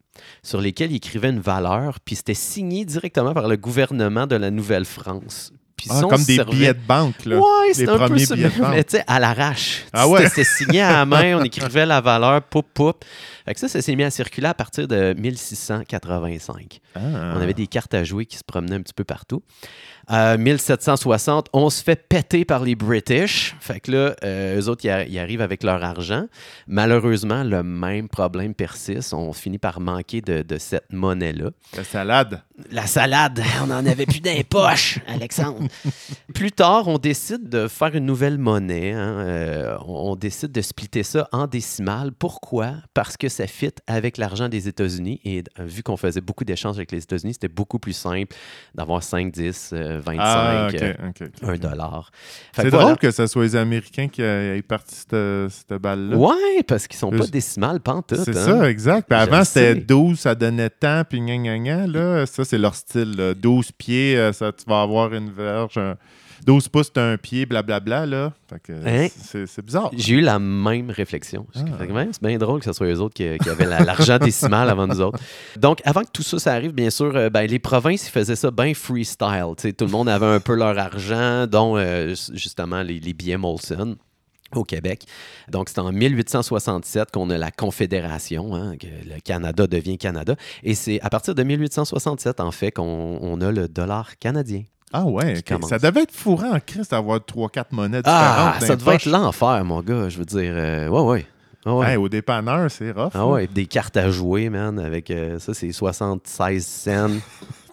A: sur lesquelles ils écrivaient une valeur, puis c'était signé directement par le gouvernement de la Nouvelle-France. Puis
B: Ah,
A: ça, on
B: comme
A: se
B: des
A: servait-
B: billets de banque, là.
A: Ouais, c'était un peu
B: premiers
A: ça.
B: billets de banque.
A: Mais tu sais, à l'arrache.
B: Ah ouais?
A: C'était signé à la main, on écrivait la valeur, poup, poup. Fait que ça, ça s'est mis à circuler à partir de 1685.
B: Ah.
A: On avait des cartes à jouer qui se promenaient un petit peu partout. Euh, 1760, on se fait péter par les British. Fait que là, euh, eux autres, ils a- ils arrivent avec leur argent. Malheureusement, le même problème persiste. On finit par manquer de, de cette monnaie-là.
B: La salade.
A: La salade, <laughs> on n'en avait plus dans les poches, Alexandre. plus tard, on décide de faire une nouvelle monnaie. hein. Euh, on, on décide de splitter ça en décimales. Pourquoi? Parce que ça fit avec l'argent des États-Unis. Et euh, vu qu'on faisait beaucoup d'échanges avec les États-Unis, c'était beaucoup plus simple d'avoir 5, 10, euh, 25,
B: Ah, ok,
A: euh,
B: ok, ok.
A: 1 dollar. Fait que
B: C'est
A: voilà.
B: drôle que ce soit les Américains qui euh, aient parti cette, cette balle-là.
A: Ouais, parce qu'ils sont
B: Eux-
A: pas décimales, pantoute.
B: C'est
A: hein.
B: ça, exact. Puis
A: Je le
B: avant, c'était
A: sais.
B: 12, ça donnait tant, puis gna gna gna. Là, ça, c'est leur style. là. 12 pieds, euh, ça, tu vas avoir une verge. un- 12 pouces, t'as un pied, blablabla. là. Fait que
A: Hein?
B: c'est c'est bizarre.
A: J'ai eu la même réflexion. J'ai
B: Oh. Ah.
A: fait que même, c'est bien drôle que ce soit eux autres qui, qui avaient la- l'argent décimal avant nous autres. Donc, avant que tout ça, ça arrive, bien sûr, euh, ben, les provinces, ils faisaient ça bien freestyle. Tu sais, tout le monde avait un peu leur argent, dont euh, justement les, les billets Molson au Québec. Donc, c'est en 1867 qu'on a la Confédération, hein, que le Canada devient Canada. Et c'est à partir de 1867, en fait, qu'on on a le dollar canadien.
B: Ah ouais,
A: Qui
B: ok.
A: commence.
B: ça devait être fourrant en Christ d'avoir 3-4 monnaies différentes.
A: Ah,
B: dans
A: ça
B: les
A: devait
B: poches.
A: être l'enfer, mon gars. Je veux dire, euh, ouais, ouais. Ouais, ouais.
B: Hey, au dépanneur, c'est rough.
A: Ah ouais, des cartes à jouer, man, avec euh, ça, c'est 76 cents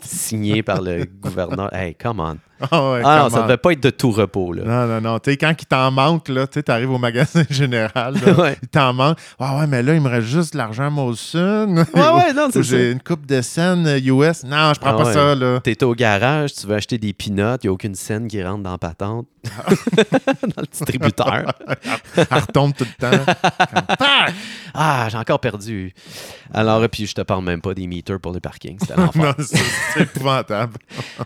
A: signées par <laughs> le gouverneur. Hey, come on.
B: Ah ouais,
A: Ah non,
B: comment?
A: ça devait pas être de tout repos, là.
B: Non, non, non. Tu sais, quand il t'en manque, là, tu sais, t'arrives au magasin <laughs> général, là,
A: <laughs> Ouais.
B: il t'en manque. Ah ouais, mais là, il me reste juste de l'argent Molson.
A: Ouais, ouais, non,
B: <laughs> Ou
A: c'est ça.
B: J'ai une coupe de scène US. Non, je prends
A: Ah
B: pas
A: ouais.
B: ça, là.
A: T'es au garage, tu veux acheter des pinottes, il n'y a aucune scène qui rentre dans la patente. <laughs> dans le distributeur.
B: Elle retombe tout le
A: <laughs>
B: temps.
A: Ah, j'ai encore perdu. Alors, puis je te parle même pas des meters pour le parking, <laughs> c'était l'enfer.
B: non, c'est c'est épouvantable.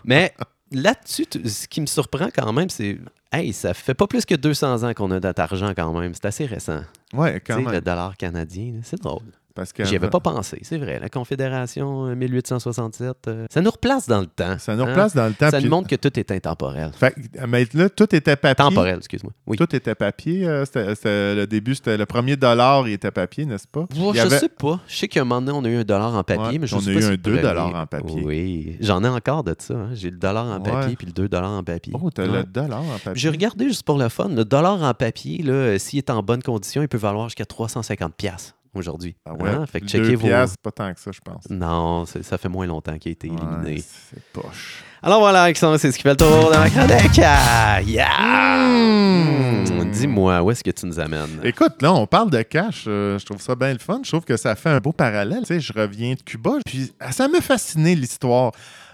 A: Mais là-dessus, tu- ce qui me surprend quand même, c'est. Hey, ça fait pas plus que 200 ans qu'on a notre argent quand même. C'est assez récent.
B: Ouais,
A: Tu
B: quand
A: sais, le
B: même.
A: dollar canadien, là, c'est drôle.
B: Parce que
A: J'y avais pas pensé, c'est vrai. La Confédération euh, 1867, euh, ça nous replace dans le temps.
B: Ça nous
A: hein.
B: replace dans le temps.
A: Ça
B: puis-
A: nous montre que tout est intemporel.
B: Fait que, euh, mais là, tout était papier.
A: Temporel, excuse-moi. Oui.
B: Tout était papier. euh, c'était- c'était- le début, c'était le premier dollar, il était papier, n'est-ce pas?
A: Oh,
B: Il y
A: je
B: avait-
A: sais pas. Je sais qu'à un moment donné, on a eu un dollar en papier,
B: Ouais,
A: mais je
B: on
A: sais
B: a
A: pas
B: eu
A: si
B: un
A: le
B: deux dollars
A: premier-
B: en papier.
A: Oui, j'en ai encore de ça. hein. J'ai le dollar en
B: Ouais.
A: papier puis le 2 dollars en papier.
B: Oh, t'as
A: Ouais.
B: le dollar en papier.
A: J'ai regardé juste pour le fun. Le dollar en papier, là, euh, s'il est en bonne condition, il peut valoir jusqu'à 350 piastres aujourd'hui.
B: Ah ouais.
A: Hein? Fait que
B: Deux
A: checkez vos...
B: piastres, c'est pas tant que ça, je pense.
A: Non, c'est- ça fait moins longtemps qu'il a été éliminé.
B: Ouais, c'est poche.
A: Alors voilà, Alexandre, c'est ce qui fait le tour de la chronique. Ah, Yeah!
B: Mmh.
A: Mmh, Dis-moi, où est-ce que tu nous amènes?
B: Écoute, là, on parle de cash. euh, je trouve ça bien le fun. Je trouve que ça fait un beau parallèle. Tu sais, je reviens de Cuba, puis ah, ça m'a fasciné l'histoire.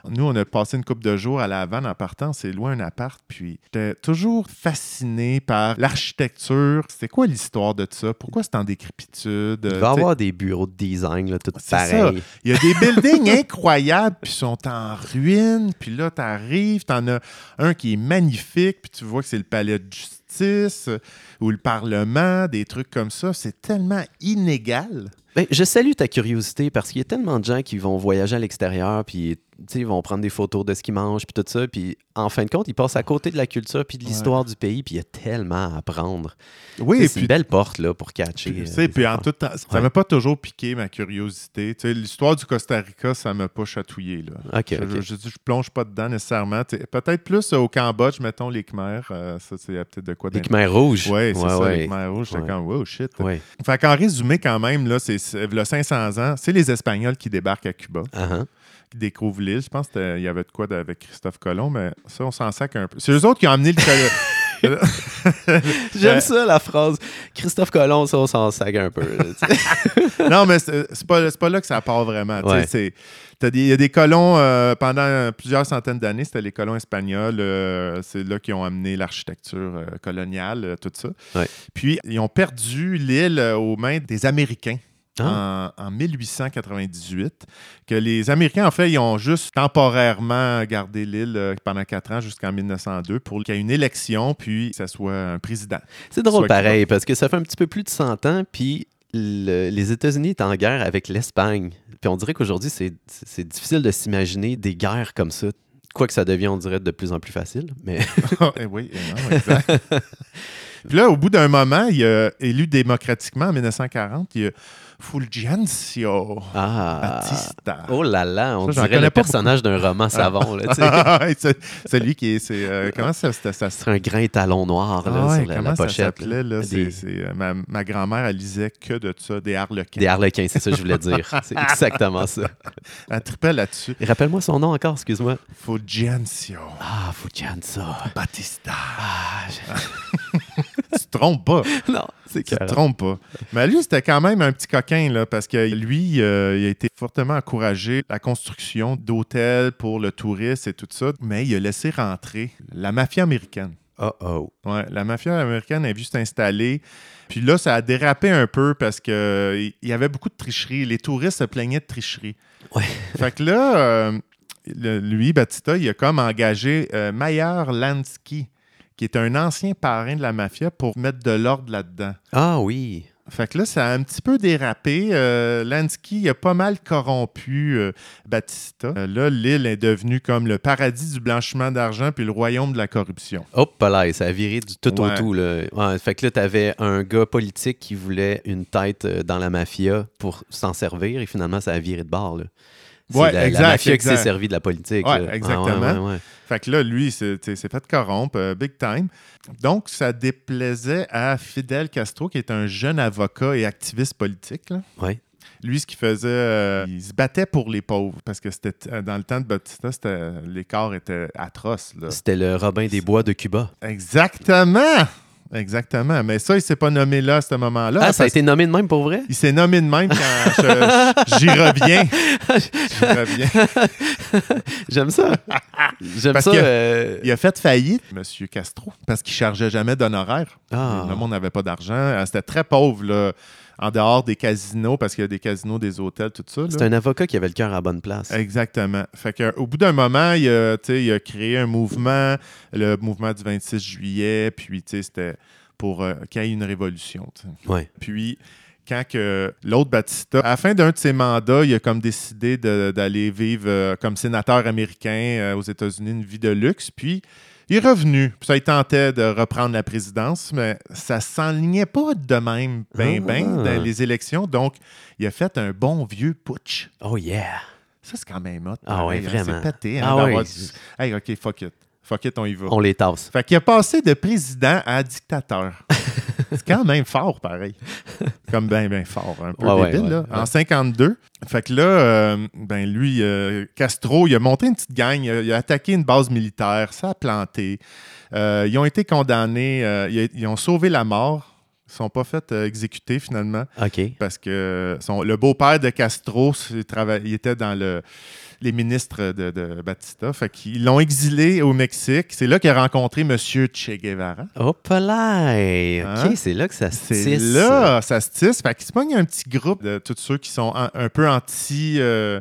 B: Nous, on a passé une couple de jours à La Havane en partant. C'est loin un appart, puis j'étais toujours fasciné par l'architecture. C'est quoi l'histoire de ça? Pourquoi c'est en décrépitude?
A: Il
B: Euh,
A: va y
B: tu sais,
A: avoir des bureaux de design, là, tout
B: C'est
A: pareil.
B: Il y a des buildings <laughs> incroyables, puis sont en ruine. Puis là, tu arrives, tu en as un qui est magnifique, puis tu vois que c'est le palais de justice euh, ou le parlement, des trucs comme ça. C'est tellement inégal.
A: Ben, je salue ta curiosité parce qu'il y a tellement de gens qui vont voyager à l'extérieur, puis tu sais, ils vont prendre des photos de ce qu'ils mangent, puis tout ça. Puis en fin de compte, ils passent à côté de la culture, puis de
B: Ouais.
A: l'histoire du pays, puis il y a tellement à apprendre. Tu
B: Oui,
A: sais,
B: et
A: c'est
B: puis.
A: une belle porte là, pour catcher.
B: puis, tu
A: euh,
B: sais,
A: des
B: puis en
A: affaires.
B: tout temps, ça m'a pas toujours piqué ma curiosité. Tu sais, L'histoire du Costa Rica, ça m'a pas chatouillé. Là.
A: Ok,
B: Je-
A: ok.
B: Je, je, je plonge pas dedans nécessairement. Tu sais, Peut-être plus euh, au Cambodge, mettons les Khmers. euh, ça, c'est peut-être de quoi
A: Des Khmers rouges.
B: Oui, c'est
A: ouais,
B: ça, les
A: ouais.
B: Khmers rouges. J'étais
A: Ouais.
B: comme, wow, shit.
A: Ouais.
B: Fait qu'en résumé, quand même, là, c'est c'est- v'là 500 ans, c'est les Espagnols qui débarquent à Cuba,
A: Uh-huh.
B: qui découvrent l'île. Je pense qu'il y avait de quoi de- avec Christophe Colomb, mais ça, on s'en sac un peu. C'est eux autres qui ont amené le. colo-
A: J'aime
B: Euh,
A: ça la phrase. Christophe Colomb, ça, on s'en sac un peu. là, tu
B: <laughs>
A: sais.
B: non, mais c'est c'est pas, c'est pas là que ça part vraiment. tu sais,
A: Ouais.
B: c'est- t'as des- Il y a des colons euh, pendant plusieurs centaines d'années, c'était les colons espagnols. euh, c'est là qu'ils ont amené l'architecture euh, coloniale, euh, tout ça.
A: Ouais.
B: Puis, ils ont perdu l'île euh, aux mains des Américains.
A: Ah.
B: en, en 1898, que les Américains, en fait, ils ont juste temporairement gardé l'île euh, pendant quatre ans jusqu'en 1902 pour qu'il y ait une élection, puis que ça soit un président.
A: C'est drôle
B: Soit qu'il
A: pareil, parce que ça fait un petit peu plus de 100 ans, puis le- les États-Unis sont en guerre avec l'Espagne. Puis on dirait qu'aujourd'hui, c'est c'est- c'est difficile de s'imaginer des guerres comme ça. Quoi que ça devient, on dirait, de plus en plus facile. Mais <laughs>
B: Eh oui, eh non, exact. Puis là, au bout d'un moment, il a élu démocratiquement en 1940, il y a Fulgencio
A: ah,
B: Batista. <laughs>
A: oh là là, on
B: Ça, j'en
A: dirait
B: connais
A: le
B: pas
A: personnage d'un roman savon. là, tu sais.
B: <laughs> c'est c'est lui qui est. c'est, euh, comment ça, ça, ça
A: C'est un grand étalon noir là,
B: Ah ouais,
A: sur la- la,
B: comment ça
A: pochette. là.
B: s'appelait, là? C'est-
A: Des-
B: c'est, euh, ma ma grand-mère, elle lisait que de ça, des harlequins.
A: Des harlequins, c'est ça que je voulais dire. C'est
B: <laughs>
A: exactement ça.
B: Elle tripait là-dessus.
A: Et Rappelle-moi son nom encore, excuse-moi.
B: Fulgencio
A: Ah, Fujianza.
B: Batista.
A: Ah, je-
B: <laughs> Tu te trompes pas.
A: <laughs> Non,
B: <laughs>
A: c'est
B: Tu te
A: carré.
B: trompes pas. Mais lui, c'était quand même un petit coquin, là, parce que lui, euh, il a été fortement encouragé la construction d'hôtels pour le touriste et tout ça, mais il a laissé rentrer la mafia américaine.
A: Oh oh.
B: Ouais, la mafia américaine a vu s'installer. Puis là, ça a dérapé un peu parce que euh, il y avait beaucoup de tricherie. Les touristes se plaignaient de tricherie.
A: Ouais.
B: <laughs> Fait que là, euh, le- lui, Batista, il a comme engagé euh, Mayer Lansky, qui est un ancien parrain de la mafia, pour mettre de l'ordre là-dedans.
A: Ah oui.
B: Fait que là, ça a un petit peu dérapé. Euh, Lansky il a pas mal corrompu euh, Batista. Euh, là, l'île est devenue comme le paradis du blanchiment d'argent puis le royaume de la corruption.
A: Hop là, et ça a viré du tout au
B: Ouais.
A: tout. Là. Ouais, fait que là, t'avais un gars politique qui voulait une tête euh, dans la mafia pour s'en servir et finalement, ça a viré de bord. Là. C'est
B: Ouais,
A: la, la
B: exact,
A: mafia qui s'est
B: exact.
A: servie de la politique.
B: Ouais,
A: là. Ah,
B: exactement.
A: ouais, ouais.
B: Fait que là, lui, il s'est t'sais, s'est fait corrompre, euh, big time. Donc, ça déplaisait à Fidel Castro, qui est un jeune avocat et activiste politique. là.
A: Ouais.
B: Lui, ce qu'il faisait, euh, il se battait pour les pauvres, parce que c'était euh, dans le temps de Batista, c'était- l'écart était atroce. là.
A: C'était le Robin des Bois de Cuba.
B: Exactement! Exactement. Mais ça, il s'est pas nommé là à ce moment-là.
A: Ah, ça a
B: parce-
A: été nommé de même pour vrai?
B: Il s'est nommé de même quand je-
A: <laughs>
B: j'y reviens. J'y reviens.
A: J'aime
B: <laughs>
A: ça. J'aime
B: Parce
A: ça.
B: que-
A: euh,
B: Il a fait faillite, Monsieur Castro, parce qu'il chargeait jamais d'honoraires.
A: Ah.
B: Le monde n'avait pas d'argent. Euh, C'était très pauvre, là, en dehors des casinos, parce qu'il y a des casinos, des hôtels, tout ça. là.
A: C'est un avocat qui avait le cœur à la bonne place.
B: Exactement. Fait que, au bout d'un moment, il a, tu sais, il a créé un mouvement, le mouvement du 26 juillet, puis tu sais, c'était pour euh, qu'il y ait une révolution. tu sais.
A: Ouais.
B: Puis, quand que l'autre Batista, à la fin d'un de ses mandats, il a comme décidé de- d'aller vivre euh, comme sénateur américain euh, aux États-Unis une vie de luxe. Puis, il est revenu. Puis ça, il tentait de reprendre la présidence, mais ça s'enlignait pas de même, ben, ben,
A: Ah.
B: dans les élections. Donc, il a fait un bon vieux putsch.
A: Oh yeah.
B: Ça, c'est quand même hot.
A: Ah ouais,
B: pareil, hein.
A: vraiment.
B: C'est pété. hein,
A: Ah
B: d'avoir
A: ouais.
B: dit, Hey, OK, fuck it. Fuck it, on y va.
A: On les tasse.
B: Fait qu'il a passé de président
A: <laughs>
B: à dictateur. C'est quand même fort, pareil. Comme ben, ben fort. Un peu
A: Ouais,
B: débile,
A: ouais,
B: là.
A: ouais.
B: En 52. Fait que là, euh, ben lui, euh, Castro, il a monté une petite gang. Il a, il a attaqué une base militaire. Ça a planté. Euh, ils ont été condamnés. euh, ils, a- ils ont sauvé la mort. Ils ne sont pas fait euh, exécuter, finalement.
A: OK.
B: Parce que son- le beau-père de Castro, c'est trava- il était dans le, les ministres de, de Batista. Fait qu'ils l'ont exilé au Mexique. C'est là qu'il a rencontré M. Che Guevara.
A: Hop là!
B: Hein?
A: OK, c'est là que ça se
B: C'est
A: tisse.
B: là, ça se tisse. Fait qu'il se pogne un petit groupe de tous ceux qui sont en- un peu anti... euh,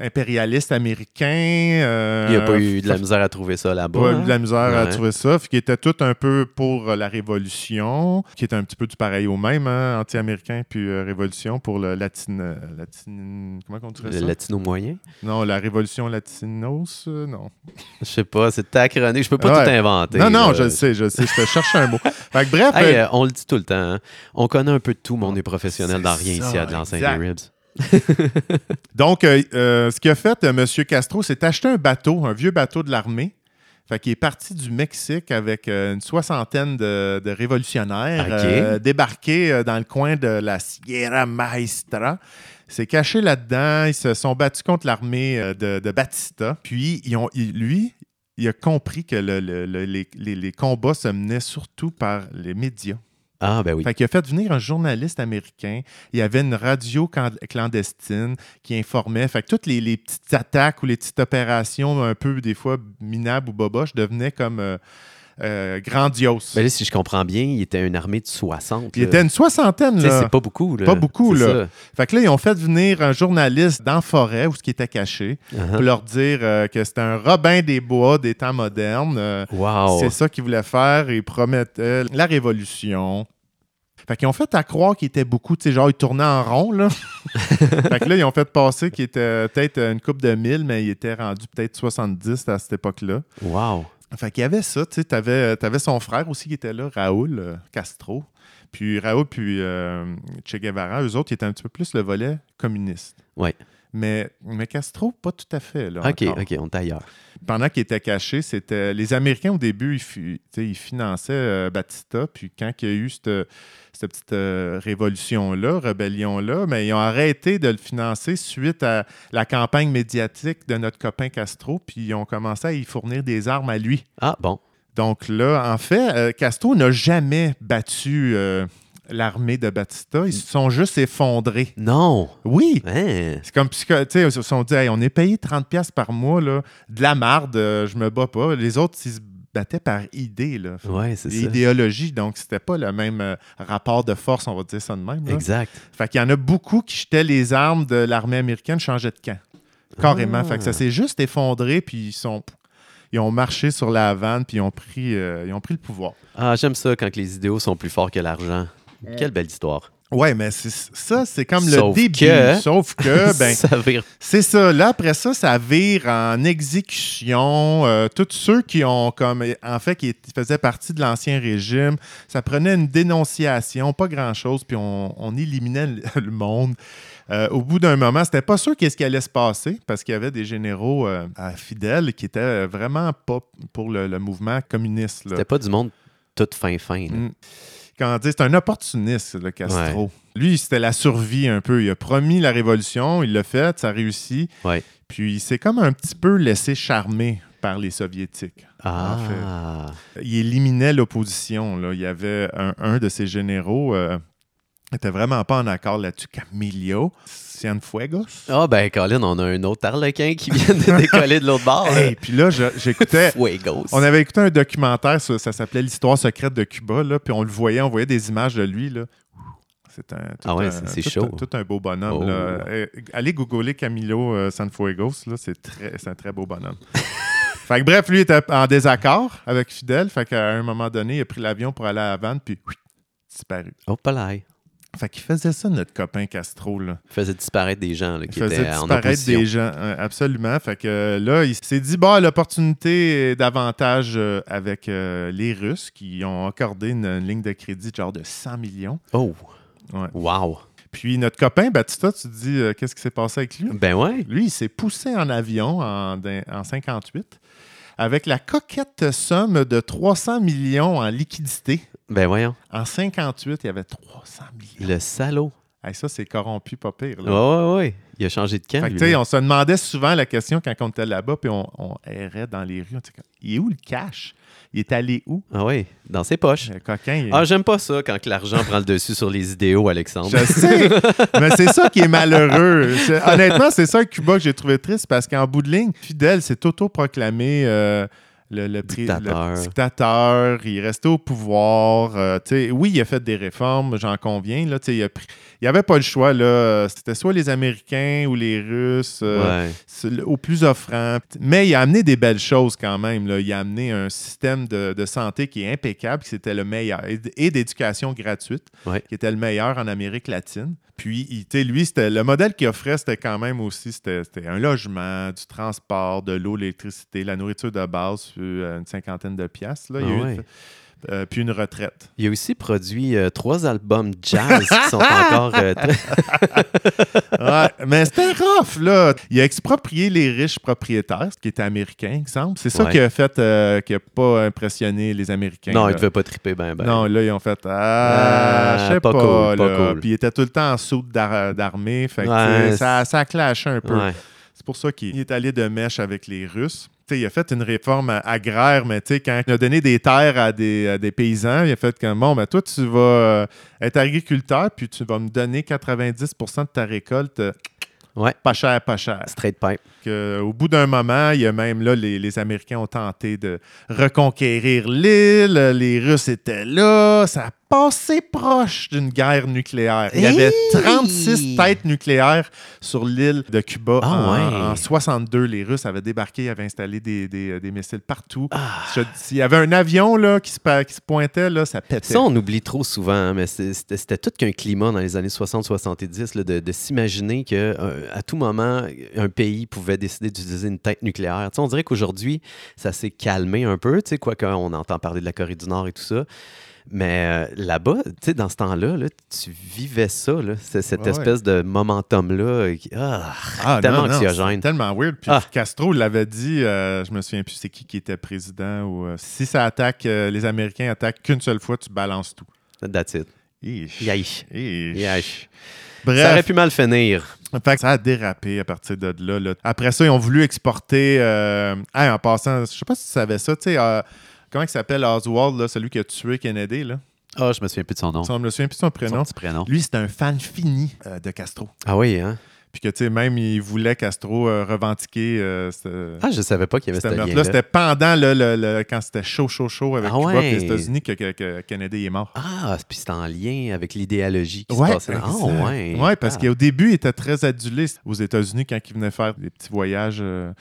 B: impérialistes américains. euh,
A: Il n'y a pas eu de la misère à trouver ça là-bas.
B: pas
A: hein?
B: eu de la misère à
A: Ouais.
B: trouver ça, puis qui était tout un peu pour euh, la révolution, qui était un petit peu du pareil au même, hein, anti-américain, puis euh, révolution pour le latine, euh, latine- comment on dirait
A: Le
B: ça?
A: latino moyen?
B: Non, la révolution latinos, euh, non.
A: Je sais pas, c'est ta chronique, je peux pas
B: Ouais.
A: tout inventer.
B: non, non,
A: là.
B: je le sais, je le sais, je te cherche un mot. Fait que bref,
A: euh, <laughs> Hey,
B: euh,
A: euh, on le dit tout le temps. hein. On connaît un peu de tout, mais on est professionnel
B: C'est
A: dans rien
B: ça,
A: ici à de l'enseigne
B: exact.
A: des ribs.
B: donc, euh, euh, ce qu'a fait euh, M. Castro, c'est acheter un bateau, un vieux bateau de l'armée. Fait qu'il est parti du Mexique avec euh, une soixantaine de, de révolutionnaires
A: Ok.
B: euh, débarqués euh, dans le coin de la Sierra Maestra. s'est caché là-dedans. Ils se sont battus contre l'armée euh, de, de Batista. Puis, ils ont, il- lui, il a compris que le- le- le- les- les- les combats se menaient surtout par les médias.
A: Ah, ben oui.
B: Fait qu'il a fait venir un journaliste américain. Il y avait une radio can- clandestine qui informait. Fait que toutes les, les petites attaques ou les petites opérations un peu, des fois, minables ou boboches devenaient comme euh, euh, grandiose.
A: Ben là, si je comprends bien, il était une armée de 60.
B: il
A: là.
B: était une soixantaine,
A: Tu sais,
B: là.
A: c'est pas beaucoup. Là.
B: Pas beaucoup,
A: C'est
B: là. Fait que là, ils ont fait venir un journaliste dans la forêt où ce qui était caché
A: ça. Uh-huh.
B: pour leur dire euh, que c'était un Robin des Bois des temps modernes. euh,
A: Wow.
B: C'est ça qu'ils voulaient faire. Ils promettaient la révolution. Fait qu'ils ont fait à croire qu'il était beaucoup, tu sais, genre, ils tournaient en
A: <laughs>
B: rond, là. fait que là, ils ont fait passer qu'il était peut-être une coupe de mille, mais il était rendu peut-être 70 à cette époque-là.
A: Wow.
B: Fait qu'il y avait ça, tu sais, t'avais, t'avais son frère aussi qui était là, Raoul euh, Castro. Puis Raoul puis euh, Che Guevara, eux autres, ils étaient un petit peu plus le volet communiste.
A: Ouais.
B: Mais, mais Castro, pas tout à fait, là,
A: OK,
B: encore
A: OK, on est ailleurs.
B: pendant qu'il était caché, c'était les Américains au début, ils, fu- tu sais, ils finançaient euh, Batista. Puis quand il y a eu cette, cette petite euh, révolution-là, rébellion-là, mais ils ont arrêté de le financer suite à la campagne médiatique de notre copain Castro. Puis ils ont commencé à y fournir des armes à lui.
A: Ah, bon.
B: Donc là, en fait, euh, Castro n'a jamais battu euh, l'armée de Batista. Ils se sont juste effondrés.
A: Non.
B: Oui,
A: Hein.
B: c'est comme, psycho- tu sais, ils se sont dit, Hey, on est payé 30$ par mois, là, de la marde, euh, je me bats pas. Les autres, ils se battaient par idée, là,
A: Ouais, c'est ça.
B: idéologie. Donc, c'était pas le même euh, rapport de force, on va dire ça de même. là.
A: Exact.
B: Fait qu'il y en a beaucoup qui jetaient les armes de l'armée américaine, changeaient de camp. Carrément.
A: Ah.
B: Fait que ça s'est juste effondré, puis ils sont. Ils ont marché sur la vanne, puis ils ont pris, euh, ils ont pris le pouvoir.
A: Ah, j'aime ça quand les idéaux sont plus forts que l'argent. Quelle belle histoire.
B: Ouais, mais c'est- ça, c'est comme
A: Sauf
B: le début.
A: que- <laughs>
B: Sauf que, ben,
A: ça vire.
B: C'est ça. Là, après ça, ça vire en exécution. Euh, tous ceux qui ont, comme, en fait, qui étaient- faisaient partie de l'Ancien Régime, ça prenait une dénonciation, pas grand-chose, puis on, on éliminait le <laughs> le monde. Euh, au bout d'un moment, c'était pas sûr qu'est-ce qui allait se passer, parce qu'il y avait des généraux euh, à fidèles qui étaient euh, vraiment pas pour le, le mouvement communiste. là.
A: C'était pas du monde tout fin-fin. là.
B: Mm. Quand on dit, c'est un opportuniste, le Castro. Lui, c'était la survie un peu. Il a promis la révolution, il l'a fait, ça a réussi.
A: Ouais.
B: Puis il s'est comme un petit peu laissé charmer par les Soviétiques.
A: Ah.
B: Il éliminait l'opposition. là. Il y avait un, un de ses généraux. euh, était vraiment pas en accord là-dessus. Camilio Cienfuegos.
A: Ah, ben, Colin, on a un autre harlequin qui vient de décoller de l'autre bord.
B: Hey, puis là, je- j'écoutais
A: Fuegos.
B: On avait écouté un documentaire, ça, ça s'appelait L'histoire secrète de Cuba, là, puis on le voyait, on voyait des images de lui. Là. C'est un, tout
A: Ah ouais,
B: un-
A: c'est- c'est
B: tout
A: chaud.
B: un- tout un beau bonhomme.
A: Oh.
B: là. Euh, allez googler Camilo euh, Sanfuegos, là, c'est, très, c'est un très beau bonhomme.
A: <laughs>
B: fait que, bref, lui était en désaccord avec Fidel, fait qu'à un moment donné, il a pris l'avion pour aller à Havane, puis oui, disparu.
A: Oh, pas là. Il
B: Fait qu'il faisait ça, notre copain Castro. Là.
A: faisait disparaître des gens là,
B: Il
A: qui
B: faisait
A: étaient en
B: disparaître
A: opposition.
B: des gens, euh, absolument. Fait que euh, là, il s'est dit, bah, l'opportunité est davantage euh, avec euh, les Russes qui ont accordé une, une ligne de crédit de genre de 100 millions.
A: Oh,
B: Ouais.
A: wow.
B: Puis notre copain Batista, tu te dis, euh, qu'est-ce qui s'est passé avec lui?
A: Ben ouais.
B: Lui, il s'est poussé en avion en, ben, en 58 avec la coquette somme de 300 millions en liquidité.
A: Ben voyons.
B: En 58, il y avait 300 millions.
A: Le salaud.
B: Hey, ça, c'est corrompu, pas pire.
A: Ouais,
B: là.
A: ouais, ouais. Il a changé de camp.
B: Fait que,
A: lui,
B: tu sais,
A: là.
B: on se demandait souvent la question quand on était là-bas, puis on, on errait dans les rues. On était comme, il est où le cash? Il est allé où?
A: Ah ouais, dans ses poches.
B: Le coquin, il-
A: Ah, j'aime pas ça quand que l'argent prend le dessus sur les idéaux, Alexandre.
B: Je
A: <laughs>
B: sais, mais c'est ça qui est malheureux. C'est- Honnêtement, c'est ça Cuba que j'ai trouvé triste parce qu'en bout de ligne, Fidel s'est autoproclamé euh, le, le pré-
A: Dictateur.
B: le dictateur. Il restait au pouvoir. euh, tu sais, oui, il a fait des réformes, j'en conviens. Là, tu sais, il n'y avait pas le choix. là. C'était soit les Américains ou les Russes. euh,
A: Ouais.
B: C'est le- au plus offrant. Mais il a amené des belles choses quand même. là. Il a amené un système de, de santé qui est impeccable, qui était le meilleur, et, d- et d'éducation gratuite,
A: Ouais.
B: qui était le meilleur en Amérique latine. Puis, il- tu sais, lui, c'était le modèle qu'il offrait, c'était quand même aussi, c'était c'était un logement, du transport, de l'eau, l'électricité, la nourriture de base, euh, une cinquantaine de piastres. là. Il y a
A: Ah
B: eu une-
A: ouais.
B: euh, puis une retraite.
A: Il a aussi produit euh, trois albums jazz qui sont encore.
B: <laughs>
A: euh, très-
B: Ouais, mais c'était rough, là. Il a exproprié les riches propriétaires, ce qui était américain, exemple. C'est ça
A: Ouais.
B: qui a fait, euh, qui a pas impressionné les Américains.
A: non,
B: là.
A: il devait pas triper ben ben.
B: Non, là, ils ont fait Ah,
A: Ah,
B: je sais
A: pas
B: pas.
A: cool, pas
B: là.
A: cool.
B: Puis il était tout le temps en soute d'ar- d'armée. Fait que,
A: Ouais,
B: tu sais, ça, ça clashait un peu.
A: Ouais.
B: C'est pour ça qu'il est allé de mèche avec les Russes. Tu sais, il a fait une réforme a- agraire, mais tu sais, quand il a donné des terres à des, à des paysans, il a fait comme bon, ben toi, tu vas euh, être agriculteur, puis tu vas me donner 90 de ta récolte euh,
A: Ouais.
B: Pas cher, pas cher.
A: Straight pipe.
B: Ah, Que, au bout d'un moment, il y a même là, les, les Américains ont tenté de reconquérir l'île, les Russes étaient là, ça a passé proche d'une guerre nucléaire. Il y avait
A: Hey!
B: 36 têtes nucléaires sur l'île de Cuba
A: Ah
B: en,
A: ouais.
B: en 62. Les Russes avaient débarqué, avaient installé des, des- des missiles partout.
A: Ah.
B: Je- S'il y avait un avion là, qui, se, pa- qui se pointait, là, ça pétait.
A: Ça, on oublie trop souvent, hein, mais c'est- c'était c'était tout qu'un climat dans les années 60-70 là, de, de s'imaginer qu'à tout moment, un pays pouvait décider d'utiliser une tête nucléaire. Tu sais, on dirait qu'aujourd'hui, ça s'est calmé un peu, tu sais, quoique on entend parler de la Corée du Nord et tout ça. Mais euh, là-bas, tu sais, dans ce temps-là, là, tu vivais ça, là, c'est- cette
B: Ah ouais.
A: espèce de momentum-là. euh, qui- ah,
B: Ah,
A: tellement
B: non, non,
A: anxiogène.
B: c'est Tellement weird. Puis
A: Ah.
B: Castro l'avait dit, euh, je me souviens plus c'est qui qui était président, ou euh, si ça attaque, euh, les Américains attaquent qu'une seule fois, tu balances tout.
A: that's it.
B: Ish.
A: Yaïch.
B: Ish.
A: Yaïch. Ça aurait
B: Bref,
A: pu mal finir.
B: fait que ça a dérapé à partir de là. là. Après ça, ils ont voulu exporter. euh, hey, en passant, je sais pas si tu savais ça, tu sais, euh, comment il s'appelle Oswald, là, celui qui a tué Kennedy, là.
A: Ah, je me souviens plus de son nom.
B: Ça, Je me souviens plus de son
A: Son
B: prénom.
A: petit prénom.
B: Lui, c'était un fan fini euh, de Castro.
A: Ah oui, hein?
B: Puis que, tu sais, même, il voulait Castro euh, revendiquer euh, ce-
A: Ah, je savais pas qu'il y avait
B: C'était
A: ce
B: meurtre-là.
A: lien-là.
B: C'était pendant le, le- le- quand c'était chaud, chaud, chaud avec
A: Ah
B: Cuba
A: ouais.
B: et les États-Unis que, que- que Kennedy est mort.
A: Ah, puis c'est en lien avec l'idéologie qui
B: Ouais,
A: se passait. dans- Ah, ouais.
B: exact. Ouais, parce
A: Ah.
B: qu'au début, il était très adulé aux États-Unis quand il venait faire des petits voyages euh,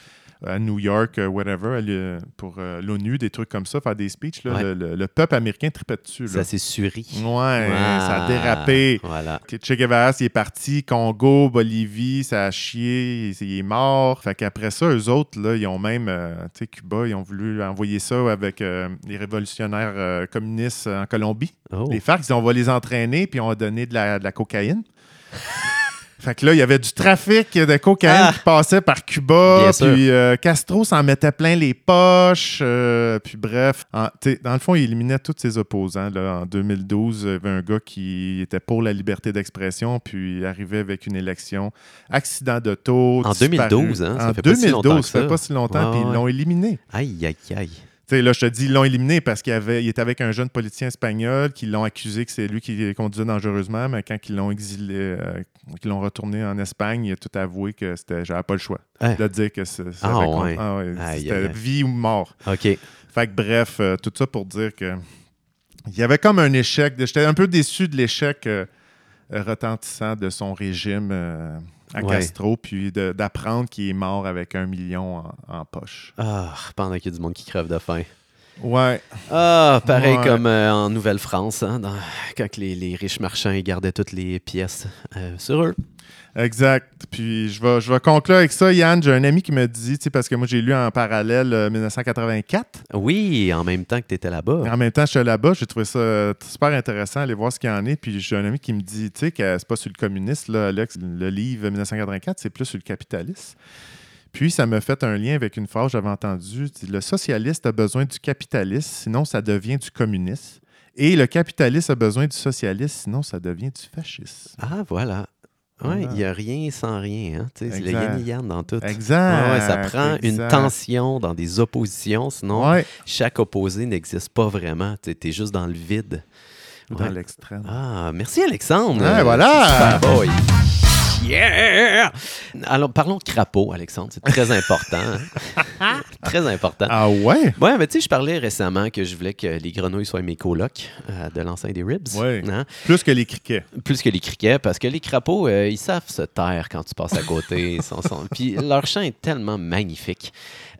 B: à New York, euh, whatever, à l'U- pour euh, l'ONU, des trucs comme ça, faire des speeches. là.
A: Ouais.
B: le, le- le peuple américain tripait dessus.
A: Ça
B: Là.
A: s'est suri. Ah,
B: Ouais, ça a dérapé.
A: Voilà.
B: Che Guevara, il est parti, Congo, Bolivie, ça a chié, il il est mort. Fait qu'après ça, eux autres, là, ils ont même, euh, tu sais, Cuba, ils ont voulu envoyer ça avec euh, les révolutionnaires euh, communistes en Colombie.
A: Oh.
B: Les FARC, ils ont, on va les entraîner, puis on va donner de la, de la cocaïne. <laughs> fait que là, il y avait du trafic de cocaïne
A: Ah!
B: qui passait par Cuba,
A: Bien sûr.
B: puis euh, Castro s'en mettait plein les poches, euh, puis bref. En- tu sais, dans le fond, il éliminait tous ses opposants. là. En 2012, il y avait un gars qui était pour la liberté d'expression, puis il arrivait avec une élection, accident de taux,
A: En 2012, hein, ça
B: en
A: fait pas si
B: 2012,
A: longtemps que
B: ça fait
A: ça.
B: pas si longtemps,
A: Ouais,
B: puis ils
A: ouais.
B: l'ont éliminé.
A: Aïe, aïe, aïe.
B: Tu sais, là, je te dis, ils l'ont éliminé parce qu'il avait, il était avec un jeune politicien espagnol qui l'ont accusé que c'est lui qui les conduisait dangereusement, mais quand ils l'ont exilé, euh, qu'ils l'ont retourné en Espagne, il a tout avoué que c'était, j'avais pas le choix
A: Hein?
B: de dire que c'est- ça
A: Ah
B: avait con-
A: ouais. Aïe,
B: c'était
A: aïe, aïe.
B: vie ou mort.
A: OK.
B: Fait que bref, euh, tout ça pour dire que il y avait comme un échec. de- J'étais un peu déçu de l'échec euh, euh, retentissant de son régime euh, à
A: Ouais.
B: Castro, puis de- d'apprendre qu'il est mort avec un million en- en poche.
A: Ah, pendant qu'il y a du monde qui crève de faim.
B: Ouais.
A: Ah, pareil
B: Ouais.
A: comme euh, en Nouvelle-France, hein, dans- quand les, les riches marchands ils gardaient toutes les pièces euh, sur eux.
B: Exact. Puis je vais, je vais conclure avec ça, Yann. J'ai un ami qui me dit, tu sais, parce que moi j'ai lu en parallèle euh, 1984.
A: Ah. Oui, en même temps que tu étais là-bas.
B: En même temps, je suis là-bas, j'ai trouvé ça euh, super intéressant, aller voir ce qu'il y en est. Puis j'ai un ami qui me dit, tu sais, que c'est pas sur le communiste, là, Alex. Le livre 1984, c'est plus sur le capitaliste. Puis ça me fait un lien avec une phrase que j'avais entendue. tu dis, Le socialiste a besoin du capitaliste, sinon ça devient du communiste. Et le capitaliste a besoin du socialiste, sinon ça devient du fasciste.
A: Ah, voilà. Ouais, il
B: Voilà.
A: n'y a rien sans rien. Hein, tu sais, c'est le
B: Exact.
A: yin et yang dans tout.
B: Exact.
A: Ah ouais, ça prend une
B: exact.
A: tension dans des oppositions, sinon
B: Ouais.
A: chaque opposé n'existe pas vraiment. Tu es juste dans le vide.
B: Ou
A: Ouais.
B: dans l'extrême.
A: Ah, merci Alexandre.
B: Ouais,
A: Euh,
B: voilà.
A: c'est super boy. Yeah! Alors, parlons de crapaud, Alexandre. C'est très important.
B: <laughs>
A: hein. très important.
B: Ah ouais?
A: Ouais, mais tu sais, je parlais récemment que je voulais que les grenouilles soient mes colocs euh, de l'enceinte des ribs.
B: Ouais.
A: hein.
B: Plus que les criquets.
A: Plus que les criquets, parce que les crapauds, euh, ils savent se taire quand tu passes à côté. Ils sont-
B: <laughs>
A: sont- Puis leur chant est tellement magnifique.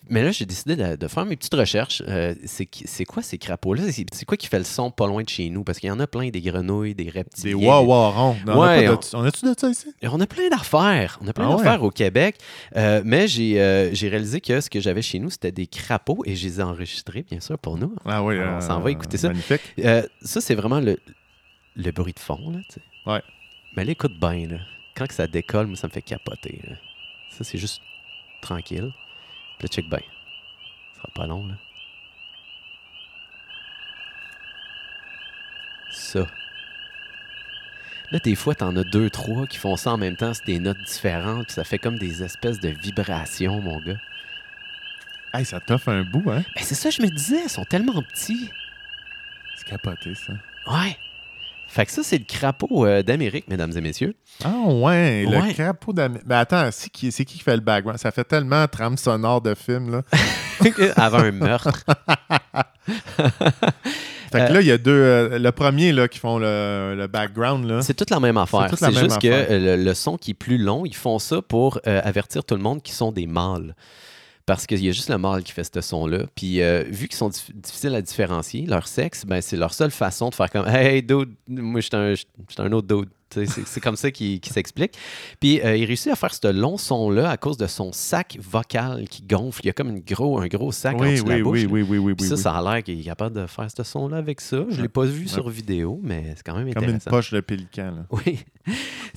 A: Mais là, j'ai décidé de, de faire mes petites recherches. Euh, c'est qui- c'est quoi ces crapauds-là? C'est c'est quoi qui fait le son pas loin de chez nous? Parce qu'il y en a plein, des grenouilles, des
B: Des
A: reptiliens.
B: wawarons. On a
A: Ouais,
B: pas
A: on-
B: de- on a-tu de ça ici?
A: Et on a plein d'affaires. On a plein
B: Ah ouais.
A: d'affaires au Québec. Euh, mais j'ai euh, j'ai réalisé que ce que j'avais chez nous, c'était des crapauds et je les ai enregistrés, bien sûr, pour nous.
B: Ah oui.
A: Alors, on s'en va écouter ça.
B: Magnifique.
A: Euh, ça, c'est vraiment le, le bruit de fond, là, tu sais.
B: Ouais.
A: Mais là, écoute bien, là. Quand que ça décolle, moi, ça me fait capoter, là. Ça, c'est juste tranquille. Puis là, check bien. Ça sera pas long, là. Ça. Là, des fois, t'en as deux, trois qui font ça en même temps, c'est des notes différentes, puis ça fait comme des espèces de vibrations, mon gars. Ben,
B: Hey, ça t'offre un bout, hein?
A: Mais c'est ça, je me disais, ils sont tellement petits.
B: C'est capoté, ça.
A: Ouais. Fait que ça, c'est le crapaud euh, d'Amérique, mesdames et
B: <laughs>
A: messieurs.
B: Ah ouais,
A: Ouais.
B: le crapaud d'Amérique. Mais attends, c'est qui, c'est qui qui fait le background? Ça fait tellement trame sonore de film, là.
A: Euh, Avant un meurtre.
B: Fait que là, il y a deux... euh, le premier, là, qui font le, le background, là.
A: C'est toute la même affaire.
B: toute la
A: C'est
B: même
A: juste que
B: affaire.
A: euh, le, le son qui est plus long, ils font ça pour euh, avertir tout le monde qu'ils sont des mâles. Parce qu'il y a juste le mâle qui fait ce son-là. Puis euh, vu qu'ils sont dif- difficiles à différencier, leur sexe, ben, c'est leur seule façon de faire comme Hey, dude, moi, je suis un, je suis un autre dude. Tu sais, C'est c'est comme ça qu'ils qu'ils s'expliquent. Puis euh, il réussit à faire ce long son-là à cause de son sac vocal qui gonfle. Il y a comme une gros, un gros sac en
B: oui,
A: dessous de la
B: oui,
A: bouche.
B: oui, oui, oui, oui,
A: Puis
B: oui,
A: ça,
B: oui.
A: ça a l'air qu'il est capable de faire ce son-là avec ça. Je ne l'ai pas vu sur vidéo, mais c'est quand même
B: Comme une
A: intéressant.
B: poche de pélican, là.
A: <laughs> Oui.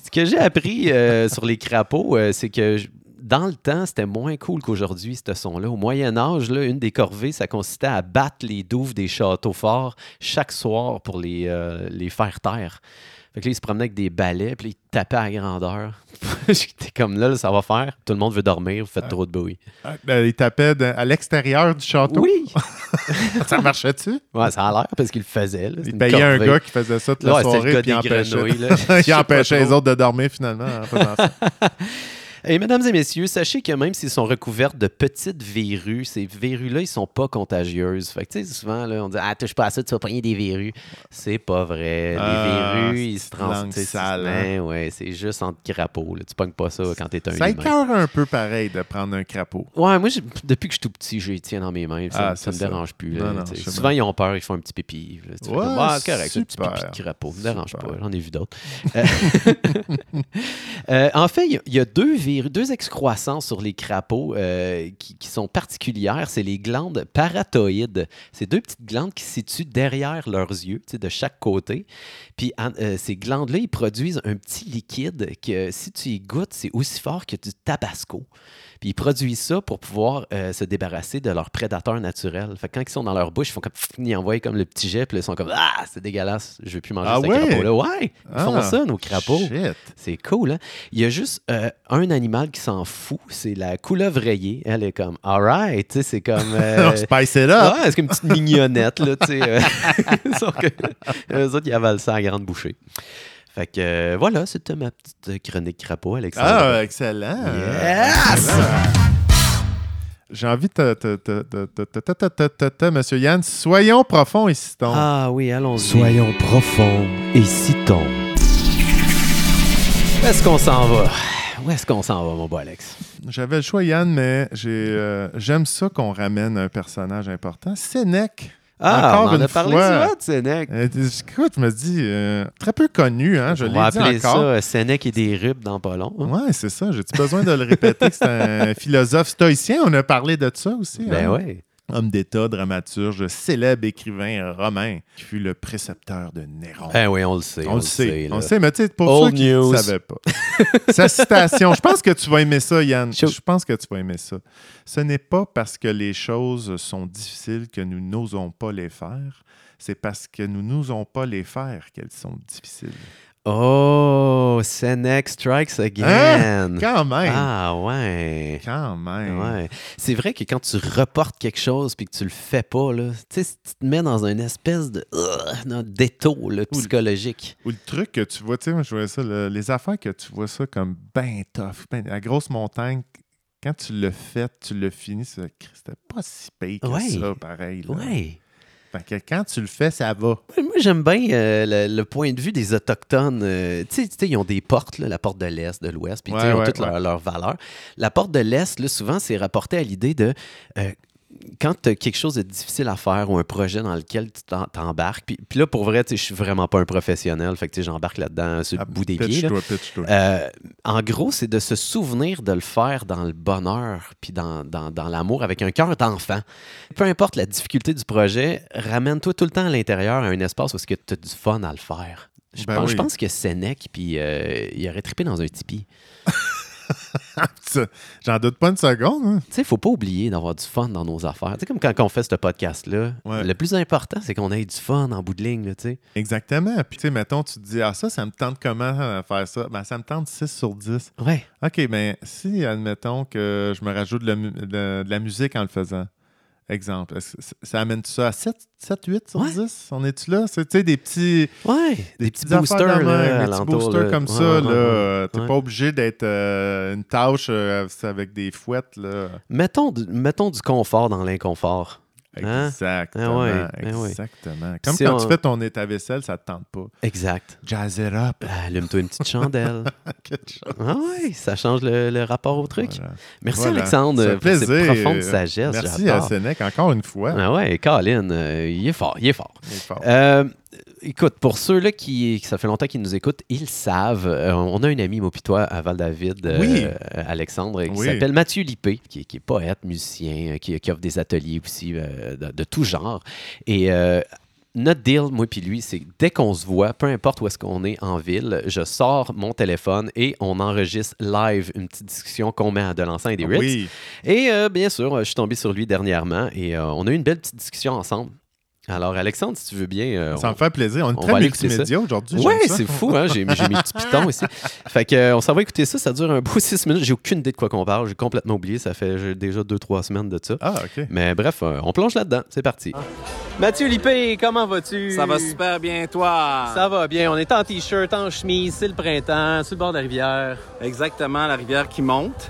A: Ce que j'ai appris euh, <laughs> sur les crapauds, euh, c'est que je- dans le temps, c'était moins cool qu'aujourd'hui, ce son-là. Au Moyen Âge, là, une des corvées, ça consistait à battre les douves des châteaux forts chaque soir pour les, euh, les faire taire. Fait que là, ils se promenaient avec des balais, puis là, ils tapaient à grandeur. <laughs> J'étais comme là, là, ça va faire. Tout le monde veut dormir, vous faites trop de bruit.
B: Ah, ben, il tapait de- à l'extérieur du château.
A: Oui!
B: Ça marchait-tu?
A: Ouais, ça a l'air, parce qu'ils le faisaient. là. C'est
B: Il
A: une
B: payait un
A: corvée.
B: gars qui faisait ça toute la
A: Ouais, c'était le
B: soirée
A: gars
B: puis il
A: des
B: empêchait,
A: grenouilles,
B: <laughs>
A: là. Je sais
B: il
A: pas
B: empêchait
A: trop. Ah
B: les autres de dormir finalement
A: <laughs>
B: en faisant ça.
A: Et mesdames et messieurs, sachez que même s'ils sont recouverts de petites verrues, ces verrues-là, ils sont pas contagieuses. Fait que, tu sais, souvent, là, on dit Ah, touche pas à ça, tu vas pogner des verrues. C'est pas vrai. Les
B: Ah,
A: verrues, ils
B: c'est
A: se trans.
B: langue
A: tu sais, c'est-
B: sale, hein.
A: ben ouais, c'est juste entre crapauds. là. Tu pognes pas ça quand t'es un
B: Ça
A: humain.
B: écœure un peu pareil de prendre un crapaud.
A: Ouais, moi, j'ai- depuis que je suis tout petit, je les tiens dans mes mains. puis Ça,
B: Ah,
A: ça me
B: c'est ça.
A: dérange plus. là,
B: Non, non,
A: tu sais.
B: je sais
A: Souvent, ils ont peur, ils font un petit pipi. là. Tu fais
B: Ouais,
A: comme, Ah, c'est correct, c'est un petit
B: super.
A: pipi de crapaud. Ça me dérange
B: Super.
A: pas, j'en ai vu d'autres. Euh, <laughs> euh, en fait, il y a- il y, a deux, virus, deux excroissances sur les crapauds euh, qui, qui sont particulières. C'est les glandes paratoïdes. C'est deux petites glandes qui se situent derrière leurs yeux, tu sais, de chaque côté. Puis en- euh, ces glandes-là, ils produisent un petit liquide que si tu y goûtes, c'est aussi fort que du tabasco. Puis ils produisent ça pour pouvoir euh, se débarrasser de leurs prédateurs naturels. Fait que quand ils sont dans leur bouche, ils font comme pff, ils envoient comme le petit jet, puis là, ils sont comme Ah, c'est dégueulasse, je veux plus manger
B: Ah
A: ce
B: ouais?
A: crapaud-là. Ouais, ils font
B: Ah,
A: ça, nos crapauds.
B: Shit.
A: C'est cool, hein? Il y a juste euh, un animal qui s'en fout, c'est la couleuvre rayée. Elle est comme Alright, tu sais, c'est
B: <laughs>
A: comme. euh,
B: On spice it up.
A: Ouais, c'est comme une petite mignonnette, là, tu sais. euh, <laughs> sauf que euh, eux autres, ils avalent ça à grande bouchée. Fait que euh, voilà, c'était ma petite chronique crapaud, Alexandre.
B: Ah, excellent.
A: Yes!
B: J'ai envie de te- te- te- te- te- te- te- te- te- te- te- Monsieur Yann, soyons profonds et citons.
A: Ah oui, allons-y. Soyons profonds et citons. Où est-ce qu'on s'en va? Où est-ce qu'on s'en va, mon beau Alex?
B: J'avais le choix, Yann, mais j'ai, euh, j'aime ça qu'on ramène un personnage important. Sénèque.
A: Ah,
B: Encore
A: on en
B: une
A: a parlé
B: fois.
A: souvent de Sénèque.
B: Euh, écoute, je me dis, euh, très peu connu, hein, je
A: on
B: l'ai
A: va
B: dit
A: appeler
B: encore.
A: ça euh, Sénèque et des rubes dans pas long. hein?
B: Ouais, c'est ça. J'ai-tu besoin de le répéter que
A: <laughs>
B: c'est un philosophe stoïcien? On a parlé de ça aussi.
A: Ben
B: hein?
A: ouais.
B: Homme d'État, dramaturge, célèbre écrivain romain qui fut le précepteur de Néron.
A: Ben oui, on le sait.
B: on, le sait,
A: là.
B: on le sait, mais tu sais, pour
A: Old
B: ceux qui
A: news.
B: ne savaient pas. <laughs> Sa citation, je pense que tu vas aimer ça, Yann.
A: Shoot.
B: Je pense que tu vas aimer ça. Ce n'est pas parce que les choses sont difficiles que nous n'osons pas les faire, c'est parce que nous n'osons pas les faire qu'elles sont difficiles.
A: Oh, Sénèque strikes again.
B: Hein? Quand même!
A: Mm. Ah ouais.
B: Quand même!
A: Ouais. C'est vrai que quand tu reportes quelque chose puis que tu le fais pas, là, tu sais, si tu te mets dans une espèce de Ugh, dans un détour là, psychologique.
B: Ou le truc que tu vois, tu sais, moi je voyais ça, le- les affaires que tu vois ça comme ben tough, ben, la grosse montagne, quand tu le fais, tu le finis, c'est- Christ, c'était pas si pire que
A: Ouais.
B: ça, pareil. là.
A: Ouais.
B: Fait que quand tu le fais, ça va.
A: Moi, moi, j'aime bien euh, le, le point de vue des Autochtones. euh, tu sais- tu sais, ils ont des portes, là, la porte de l'Est, de l'Ouest, puis tu sais,
B: Ouais,
A: ils ont
B: ouais,
A: toutes
B: ouais.
A: leurs leurs valeurs. La porte de l'Est, là, souvent, c'est rapporté à l'idée de. euh, quand tu as quelque chose de difficile à faire ou un projet dans lequel tu t'en- t'embarques, puis, puis là, pour vrai, tu sais, je suis vraiment pas un professionnel, fait que tu sais, j'embarque là-dedans
B: Ah,
A: sur le bout des pieds. là.
B: Pitch-toi, pitch-toi. <laughs>
A: Euh, en gros, c'est de se souvenir de le faire dans le bonheur puis dans, dans- dans l'amour avec un cœur d'enfant. Peu importe la difficulté du projet, ramène-toi tout le temps à l'intérieur à un espace où tu as du fun à le faire. Je,
B: Ben
A: pense, je
B: oui.
A: pense que Sénèque, puis euh, il aurait trippé dans un tipi.
B: Ah, Ça, J'en doute pas une seconde. hein.
A: Tu sais, faut pas oublier d'avoir du fun dans nos affaires. Tu sais, comme quand on fait ce podcast-là,
B: Ouais.
A: le plus important, c'est qu'on ait du fun en bout de ligne, là, tu sais.
B: Exactement. Puis, tu sais, mettons, tu te dis, ah, ça, ça me tente comment euh, faire ça? Ben, ça me tente 6 sur 10.
A: Ouais.
B: OK, mais si, admettons que je me rajoute de la mu- de- de la musique en le faisant, Exemple, est-ce que c- ça amène ça à 7, 7 8 sur
A: Ouais.
B: 10? On est-tu là? C'est tu sais, des petits,
A: Ouais, des, petits boosters,
B: affaires de même,
A: là,
B: des petits
A: alentour,
B: boosters
A: là.
B: comme
A: Ouais,
B: ça.
A: ouais,
B: là,
A: ouais.
B: euh, T'es
A: ouais.
B: pas obligé d'être euh, une tâche euh, avec des fouettes. Là.
A: Mettons, du- mettons du confort dans l'inconfort. Hein?
B: Exactement.
A: Ah ouais, ben ouais.
B: exactement. Comme
A: Si
B: quand
A: on-
B: tu fais ton nez à vaisselle, ça te tente pas. <laughs>
A: Exact.
B: Jazz it up.
A: Ah, Allume-toi une petite
B: <laughs>
A: chandelle.
B: Quelque chose.
A: Ah ouais, ça change le, le rapport au truc.
B: Voilà.
A: Merci
B: Voilà.
A: Alexandre
B: Ça fait
A: pour cette
B: plaisir.
A: profonde sagesse.
B: Merci à
A: j'adore.
B: Sénèque encore une fois.
A: Ah ouais, Colin, euh, il est fort, il est fort.
B: Il est fort.
A: Euh, écoute, pour ceux-là qui, qui- ça fait longtemps qu'ils nous écoutent, ils savent. Euh, on a un ami, moi puis toi, à Val-David, euh,
B: Oui.
A: euh, Alexandre, qui
B: Oui.
A: s'appelle Mathieu Lippé, qui, est- qui est poète, musicien, euh, qui, qui offre des ateliers aussi euh, de, de tout genre. Et euh, notre deal, moi puis lui, c'est que dès qu'on se voit, peu importe où est-ce qu'on est en ville, je sors mon téléphone et on enregistre live une petite discussion qu'on met à de l'encens et des Ritz.
B: oui,
A: Et euh, bien sûr, euh, je suis tombé sur lui dernièrement et euh, on a eu une belle petite discussion ensemble. Alors, Alexandre, si tu veux bien. euh,
B: ça
A: on-
B: me fait plaisir. On est
A: on va
B: très
A: aller écouter ça.
B: multimédia aujourd'hui.
A: Ouais,
B: j'aime ça.
A: c'est fou, hein? J'ai, j'ai mes petits pitons ici. Fait que, euh, on s'en va écouter ça. Ça dure un beau six minutes. J'ai aucune idée de quoi qu'on parle. J'ai complètement oublié. Ça fait j'ai déjà deux, trois semaines de ça.
B: Ah, OK.
A: Mais bref, euh, on plonge là-dedans. C'est parti. Mathieu Lippé, comment vas-tu?
C: Ça va super bien, toi.
A: Ça va bien. On est en t-shirt, en chemise. C'est le printemps, sur le bord de la rivière.
C: Exactement, la rivière qui monte.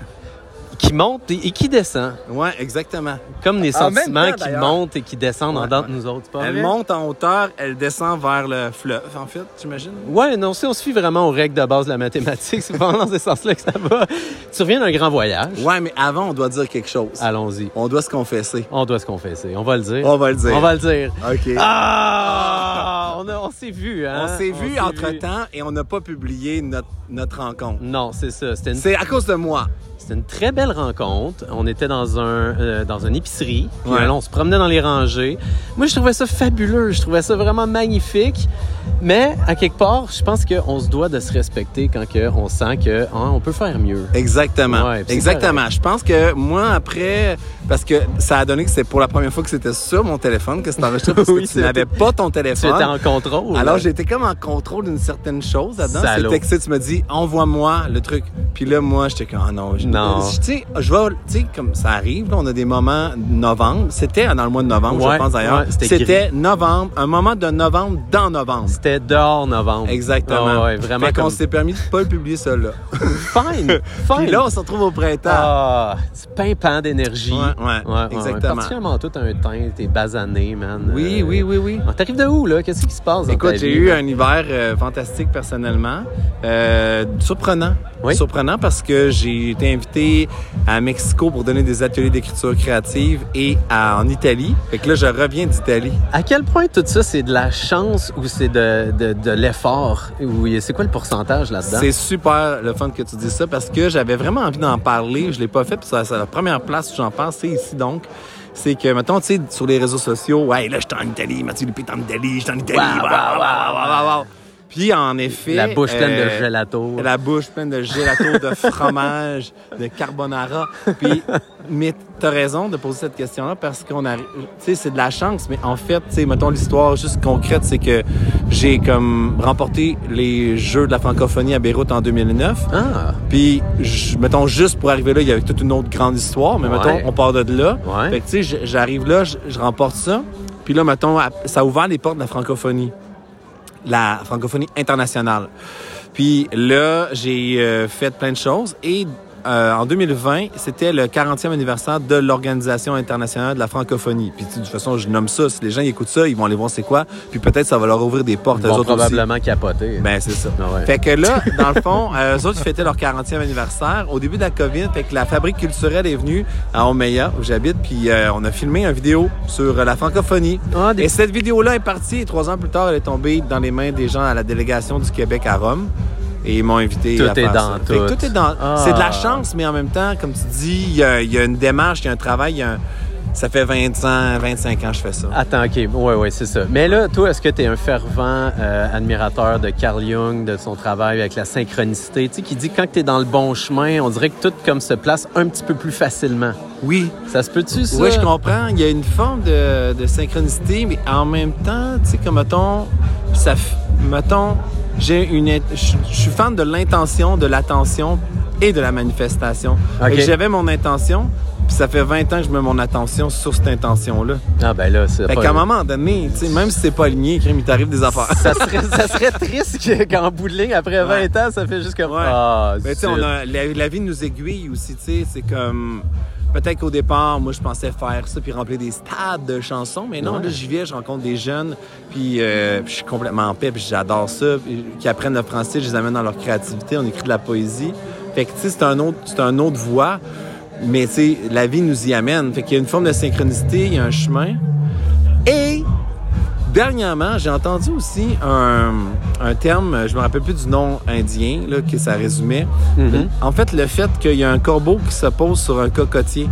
A: Qui monte et, et qui descend.
C: Ouais, exactement.
A: Comme des
C: En même
A: sentiments
C: temps,
A: qui
C: d'ailleurs.
A: montent et qui descendent en
C: Ouais,
A: dedans
C: ouais.
A: de nous autres. c'est pas
C: Elle
A: vrai?
C: monte en hauteur, elle descend vers le fleuve, en fait, j'imagine.
A: Ouais, non, si on se fie vraiment aux règles de base de la mathématique, c'est vraiment dans ce sens-là que ça va. Tu reviens d'un grand voyage.
C: Ouais, mais avant, on doit dire quelque chose.
A: Allons-y.
C: On doit se confesser.
A: On doit se confesser. On va le dire.
C: On va le dire.
A: On va le dire.
C: OK.
A: Ah! On, a- on s'est vu, hein?
C: on s'est vu entre-temps et on n'a pas publié notre, notre rencontre.
A: Non, c'est ça. C'était une,
C: C'est à cause de moi.
A: c'était une très belle rencontre. On était dans un euh, dans une épicerie. Puis
C: Ouais.
A: là, on se promenait dans les rangées. Moi, je trouvais ça fabuleux. Je trouvais ça vraiment magnifique. Mais à quelque part, je pense qu'on se doit de se respecter quand que on sent que hein, on peut faire mieux.
C: Exactement.
A: Ouais, puis c'est
C: Exactement. Je pense que moi, après, parce que ça a donné que c'est pour la première fois que c'était sur mon téléphone que c'était enregistré <laughs> parce
A: Oui,
C: que tu n'avais
A: c'était-
C: pas ton
A: <laughs> Tu
C: téléphone.
A: étais en contrôle.
C: Alors, j'étais comme en contrôle d'une certaine chose là-dedans.
A: Salaud.
C: C'était que tu sais, tu me dis, envoie-moi le truc. Puis là, moi, j'étais comme, ah non, je-
A: Non.
C: je- Tu sais, je vais, tu sais, comme ça arrive, là, on a des moments novembre. C'était dans le mois de novembre,
A: Ouais,
C: je pense d'ailleurs.
A: ouais, c'était
C: c'était novembre, un moment de novembre dans novembre.
A: C'était dehors novembre.
C: Exactement.
A: Ah Ouais, ouais, vraiment.
C: Fait qu'on
A: comme-
C: s'est permis de pas le publier, ça, là.
A: <laughs> Fine! Fine!
C: <laughs> Puis là, on se retrouve au printemps.
A: Ah, c'est pimpant d'énergie.
C: Ouais, ouais, exactement.
A: Particulièrement tout un teint, t'es basané, man.
C: oui,
A: Euh,
C: oui, oui, oui.
A: Ah, T'arrives de où, là? Qu'est-ce qui se passe dans ta
C: Écoute, j'ai
A: vie,
C: eu
A: là?
C: un hiver euh, fantastique personnellement. Euh, surprenant.
A: Oui.
C: Surprenant parce que j'ai été invité à Mexico pour donner des ateliers d'écriture créative et à- en Italie. Fait que là, je reviens d'Italie.
A: À quel point tout ça, c'est de la chance ou c'est de, de, de l'effort? Ou C'est quoi le pourcentage là-dedans?
C: C'est super le fun que tu dis ça parce que j'avais vraiment envie d'en parler. Je l'ai pas fait, puis ça- c'est la première place où j'en parle, c'est ici donc. C'est que, mettons, tu sais, sur les réseaux sociaux, ouais, là, je suis en Italie, Mathieu Lupé est en Italie, je suis en Italie,
A: Wow,
C: wow,
A: wow,
C: wow, wow, wow, wow. Puis, en effet.
A: La bouche pleine de
C: euh,
A: gelato.
C: La bouche pleine de gelato, de fromage, de carbonara. Puis, mais t'as raison de poser cette question-là parce qu'on a, tu sais, c'est de la chance. Mais en fait, tu sais, mettons l'histoire juste concrète, c'est que j'ai comme remporté les Jeux de la francophonie à Beyrouth en 2009.
A: Ah,
C: Puis, je- mettons, juste pour arriver là, il y avait toute une autre grande histoire, mais mettons,
A: Ouais.
C: on part de là.
A: Ouais.
C: Fait que, tu sais, j- j'arrive là, j- je remporte ça. Puis là, mettons, à- ça a ouvert les portes de la francophonie, la francophonie internationale. Puis là, j'ai euh, fait plein de choses et euh, en 2020, c'était le 40e anniversaire de l'Organisation internationale de la francophonie. Puis tu sais, de toute façon, je nomme ça. Si les gens ils écoutent ça, ils vont aller voir c'est quoi. Puis peut-être ça va leur ouvrir des portes.
A: ils
C: eux
A: vont
C: autres aussi.
A: probablement capoter.
C: Ben, c'est ça.
A: Ah ouais.
C: Fait que là, dans le fond, euh, eux autres, ils fêtaient leur 40e anniversaire. Au début de la COVID, fait que la fabrique culturelle est venue à Omeya, où j'habite, puis euh, on a filmé une vidéo sur euh, la francophonie.
A: Ah, des-
C: Et cette vidéo-là est partie, et trois ans plus tard, elle est tombée dans les mains des gens à la délégation du Québec à Rome. Et ils m'ont invité
A: Tout
C: à faire
A: est dans
C: ça. Fait que
A: tout.
C: est dans...
A: Ah.
C: C'est de la chance, mais en même temps, comme tu dis, il y, a- il y a une démarche, il y a un travail, il y a un- Ça fait 20 ans, 25 ans que je fais ça.
A: Attends, OK. Ouais, ouais, c'est ça. Mais là, toi, est-ce que tu es un fervent euh, admirateur de Carl Jung, de son travail avec la synchronicité, tu sais, qui dit quand tu es dans le bon chemin, on dirait que tout comme se place un petit peu plus facilement.
C: Oui,
A: Ça se peut-tu, ça?
C: Oui, je comprends. Il y a une forme de, de synchronicité, mais en même temps, tu sais, comme mettons, ça, f- mettons, j'ai une, int- je je suis fan de l'intention, de l'attention et de la manifestation.
A: Ok.
C: Et J'avais mon intention, puis Puis ça fait 20 ans que je mets mon attention sur cette intention-là.
D: Ah, ben là, c'est
C: Fait
D: pas-
C: qu'à un moment donné, tu sais, même si c'est pas aligné, crime, il t'arrive des affaires.
D: ça, serait, ça serait triste que- qu'en bout de ligne, après 20 ans, ça fait juste comme.
C: Ouais.
D: Ah,
C: Ben, tu sais,
D: zut.
C: on a- la, la vie nous aiguille aussi, tu sais, c'est comme... Peut-être qu'au départ, moi, je pensais faire ça puis remplir des stades de chansons, mais non, là, j'y vais, je rencontre des jeunes, puis euh, puis je suis complètement en paix, puis j'adore ça, puis qui apprennent le français, je les amène dans leur créativité, on écrit de la poésie. Fait que, tu sais, c'est un autre, c'est un autre voie, mais, tu sais, la vie nous y amène. Fait qu'il y a une forme de synchronicité, il y a un chemin. Et Dernièrement, j'ai entendu aussi un, un terme, je me rappelle plus du nom indien là, que ça résumait.
D: Mhm.
C: En fait, le fait qu'il y a un corbeau qui se pose sur un cocotier.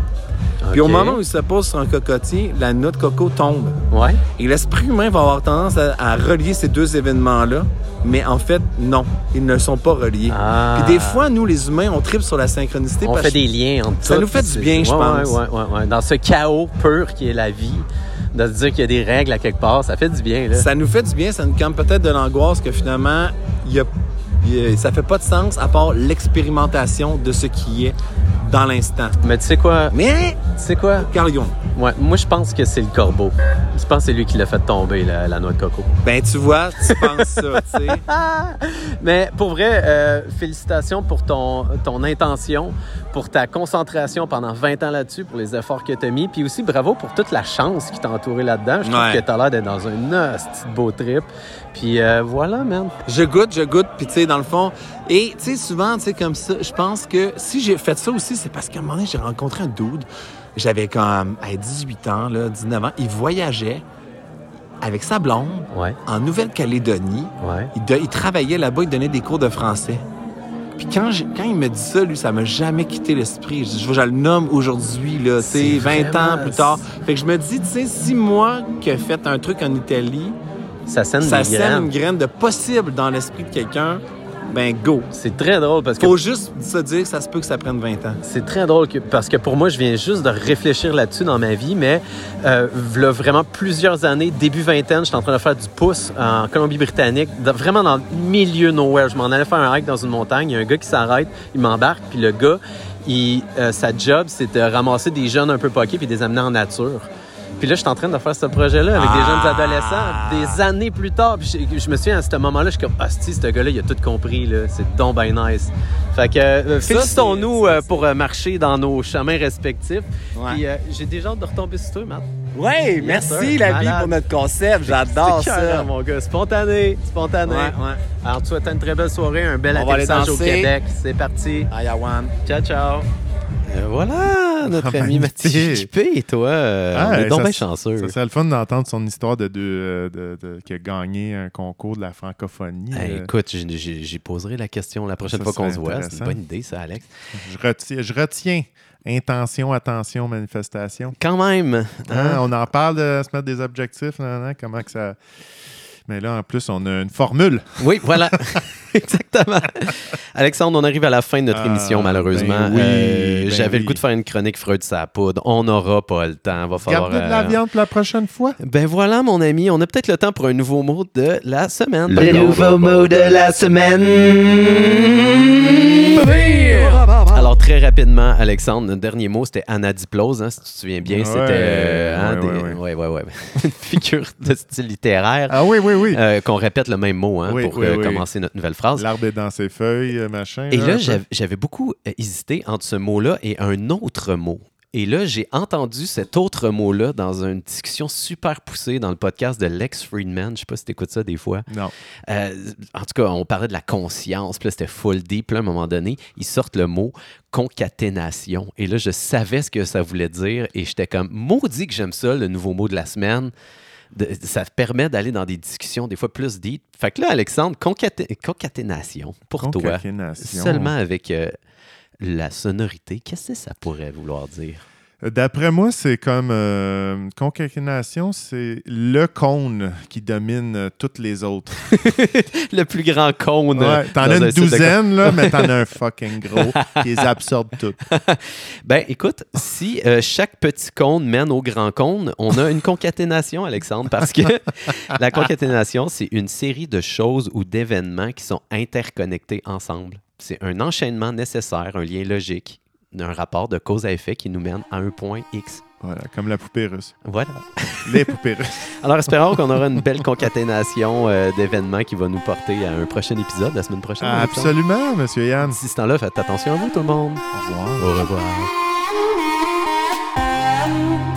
C: Puis au
D: Ok.
C: moment où il se pose sur un cocotier, la noix de coco tombe.
D: Ouais.
C: Et l'esprit humain va avoir tendance à, à relier ces deux événements-là, mais en fait, non, ils ne sont pas reliés.
D: Ah.
C: Puis des fois, nous, les humains, on tripe sur la synchronicité.
D: On
C: parce
D: fait
C: que-
D: des liens entre
C: Ça
D: tout,
C: nous fait du
D: c'est-
C: bien, je
D: ouais,
C: pense.
D: Ouais, ouais, ouais. Dans ce chaos pur qui est la vie, de se dire qu'il y a des règles à quelque part, ça fait du bien. Là.
C: Ça nous fait du bien, ça nous calme peut-être de l'angoisse que finalement, il y a- il y a- ça fait pas de sens à part l'expérimentation de ce qui est dans l'instant.
D: Mais tu sais quoi?
C: Mais,
D: Tu sais quoi?
C: Carl Jung,
D: Ouais, moi, je pense que c'est le corbeau. Je pense que c'est lui qui l'a fait tomber, la, la noix de coco.
C: ben tu vois, tu penses ça, tu sais.
D: Mais pour vrai, euh, félicitations pour ton, ton intention, pour ta concentration pendant 20 ans là-dessus, pour les efforts que tu as mis, puis aussi bravo pour toute la chance qui t'a entouré là-dedans. Je trouve
C: Ouais.
D: que t'as l'air d'être dans un hostie de beau trip. Puis euh, voilà, man.
C: Je goûte, je goûte, puis tu sais, dans le fond. Et tu sais, souvent, tu sais, comme ça, je pense que si j'ai fait ça aussi, c'est parce qu'à un moment donné, j'ai rencontré un dude. J'avais comme à 18 ans, là, 19 ans. Il voyageait avec sa blonde
D: Ouais,
C: en Nouvelle-Calédonie.
D: ouais.
C: Il, do- il travaillait là-bas, il donnait des cours de français. Puis quand, j'ai- quand il me dit ça, lui, ça m'a jamais quitté l'esprit. Je, je, je le nomme aujourd'hui, là, tu sais,
D: C'est
C: 20 ans
D: vraiment-
C: plus tard. Fait que je me dis, tu sais, si moi qui ai fait un truc en Italie,
D: Ça sème
C: ça
D: des
C: sème
D: graines.
C: une graine de possible dans l'esprit de quelqu'un, ben go.
D: C'est très drôle parce que
C: Faut juste se dire que ça se peut que ça prenne 20 ans.
D: C'est très drôle que- parce que pour moi, je viens juste de réfléchir là-dessus dans ma vie, mais euh, v'là vraiment plusieurs années, début vingtaine, j'étais en train de faire du pouce en Colombie-Britannique, dans- vraiment dans le milieu nowhere. Je m'en allais faire un hike dans une montagne, il y a un gars qui s'arrête, il m'embarque, puis le gars, il, euh, sa job, c'est de ramasser des jeunes un peu poqués puis de les amener en nature. Puis là, je suis en train de faire ce projet-là avec des
C: Ah!
D: jeunes adolescents, des années plus tard. Puis je, je me souviens, à ce moment-là, je suis comme, ah, si, ce gars-là, il a tout compris, là. C'est donc ben nice. Fait que, euh,
C: Ça,
D: félicitons-nous
C: c'est-
D: euh, pour euh, marcher dans nos chemins respectifs.
C: Ouais.
D: Puis euh, j'ai déjà hâte de retomber sur toi, Matt.
C: Ouais,
D: merci, la vie, pour
C: notre concept.
D: C'est écœurant, mon gars. Spontané, spontané.
C: Ouais, ouais.
D: Alors, tu souhaite une très belle soirée, un bel
C: On va aller
D: atterrissage au
C: danser.
D: Québec. C'est parti.
C: Ayawan.
D: Ciao, ciao.
A: Euh, voilà,
B: <laughs>
A: notre
B: Ah,
A: ami Mathieu
B: magnifique.
A: Juppé et toi, euh,
B: Ah,
A: on est
B: ça
A: donc bien
B: s-
A: chanceux.
B: Ça serait le fun d'entendre son histoire de, deux, euh, de, de- qui a gagné un concours de la francophonie.
A: Hey,
B: Euh,
A: écoute, j'ai- j'ai j'ai poserai la question la prochaine
B: Ça
A: fois qu'on
B: serait
A: se voit. C'est une
B: intéressant.
A: bonne idée, ça, Alex.
B: je, retiens, je retiens intention, attention, manifestation.
A: Quand même,
B: Hein, On en parle de se mettre des objectifs, nan, nan, comment que ça. Mais là, en plus, on a une formule.
A: Oui, voilà. <laughs> Exactement. Alexandre, on arrive à la fin de notre
B: Ah,
A: émission, malheureusement. Euh,
B: ben oui, ben
A: J'avais le
B: oui.
A: goût de faire une chronique Freud sa poudre. On n'aura pas le temps. Va falloir.
B: Gardez de la
A: euh,
B: viande pour la prochaine fois.
A: Ben voilà, mon ami. On a peut-être le temps pour un nouveau mot de la semaine.
D: Le nouveau mot de la semaine.
A: Alors, très rapidement, Alexandre, notre dernier mot, c'était anadiplose, hein, si tu te souviens bien. C'était.
B: Ouais,
A: euh, hein,
B: ouais,
A: des-
B: ouais,
A: ouais, ouais, ouais. <laughs> Une figure de style littéraire
B: Ah oui, oui, oui.
A: euh, qu'on répète le même mot hein,
B: Oui,
A: pour
B: oui,
A: euh,
B: oui.
A: commencer notre nouvelle phrase.
B: L'arbre est dans ses feuilles, euh, machin.
A: Et là,
B: un peu.
A: j'av- j'avais beaucoup euh, hésité entre ce mot-là et un autre mot. Et là, j'ai entendu cet autre mot-là dans une discussion super poussée dans le podcast de Lex Friedman. Je sais pas si tu écoutes ça des fois.
B: Non.
A: Euh, en tout cas, on parlait de la conscience. Puis là, c'était full deep. Puis là, à un moment donné, ils sortent le mot concaténation. Et là, je savais ce que ça voulait dire. Et j'étais comme, maudit que j'aime ça, le nouveau mot de la semaine. De- ça permet d'aller dans des discussions des fois plus deep. Fait que là, Alexandre, concaté- concaténation pour toi.
B: Concaténation.
A: Seulement avec euh, la sonorité, qu'est-ce que ça pourrait vouloir dire?
B: D'après moi, c'est comme euh, concaténation, c'est le cône qui domine euh, toutes les autres.
A: <laughs> Le plus grand cône.
B: Ouais, t'en
A: dans
B: as
A: un
B: une
A: site de-
B: douzaine, là, mais t'en
A: <laughs>
B: as un fucking gros qui les absorbe toutes.
A: Ben, écoute, si euh, chaque petit cône mène au grand cône, on a une concaténation, Alexandre, parce
B: <laughs>
A: que la concaténation, c'est une série de choses ou d'événements qui sont interconnectés ensemble. C'est un enchaînement nécessaire, un lien logique un rapport de cause à effet qui nous mène à un point X.
B: Voilà, comme la poupée russe.
A: Voilà.
B: Les poupées russes.
A: Alors, espérons qu'on aura une belle concaténation euh, d'événements qui va nous porter à un prochain épisode la semaine prochaine. il me semble.
B: Ah, Absolument, monsieur Yann.
A: D'ici ce temps-là, faites attention à vous, tout le monde.
B: Au revoir.
A: Au revoir.
E: Thank you.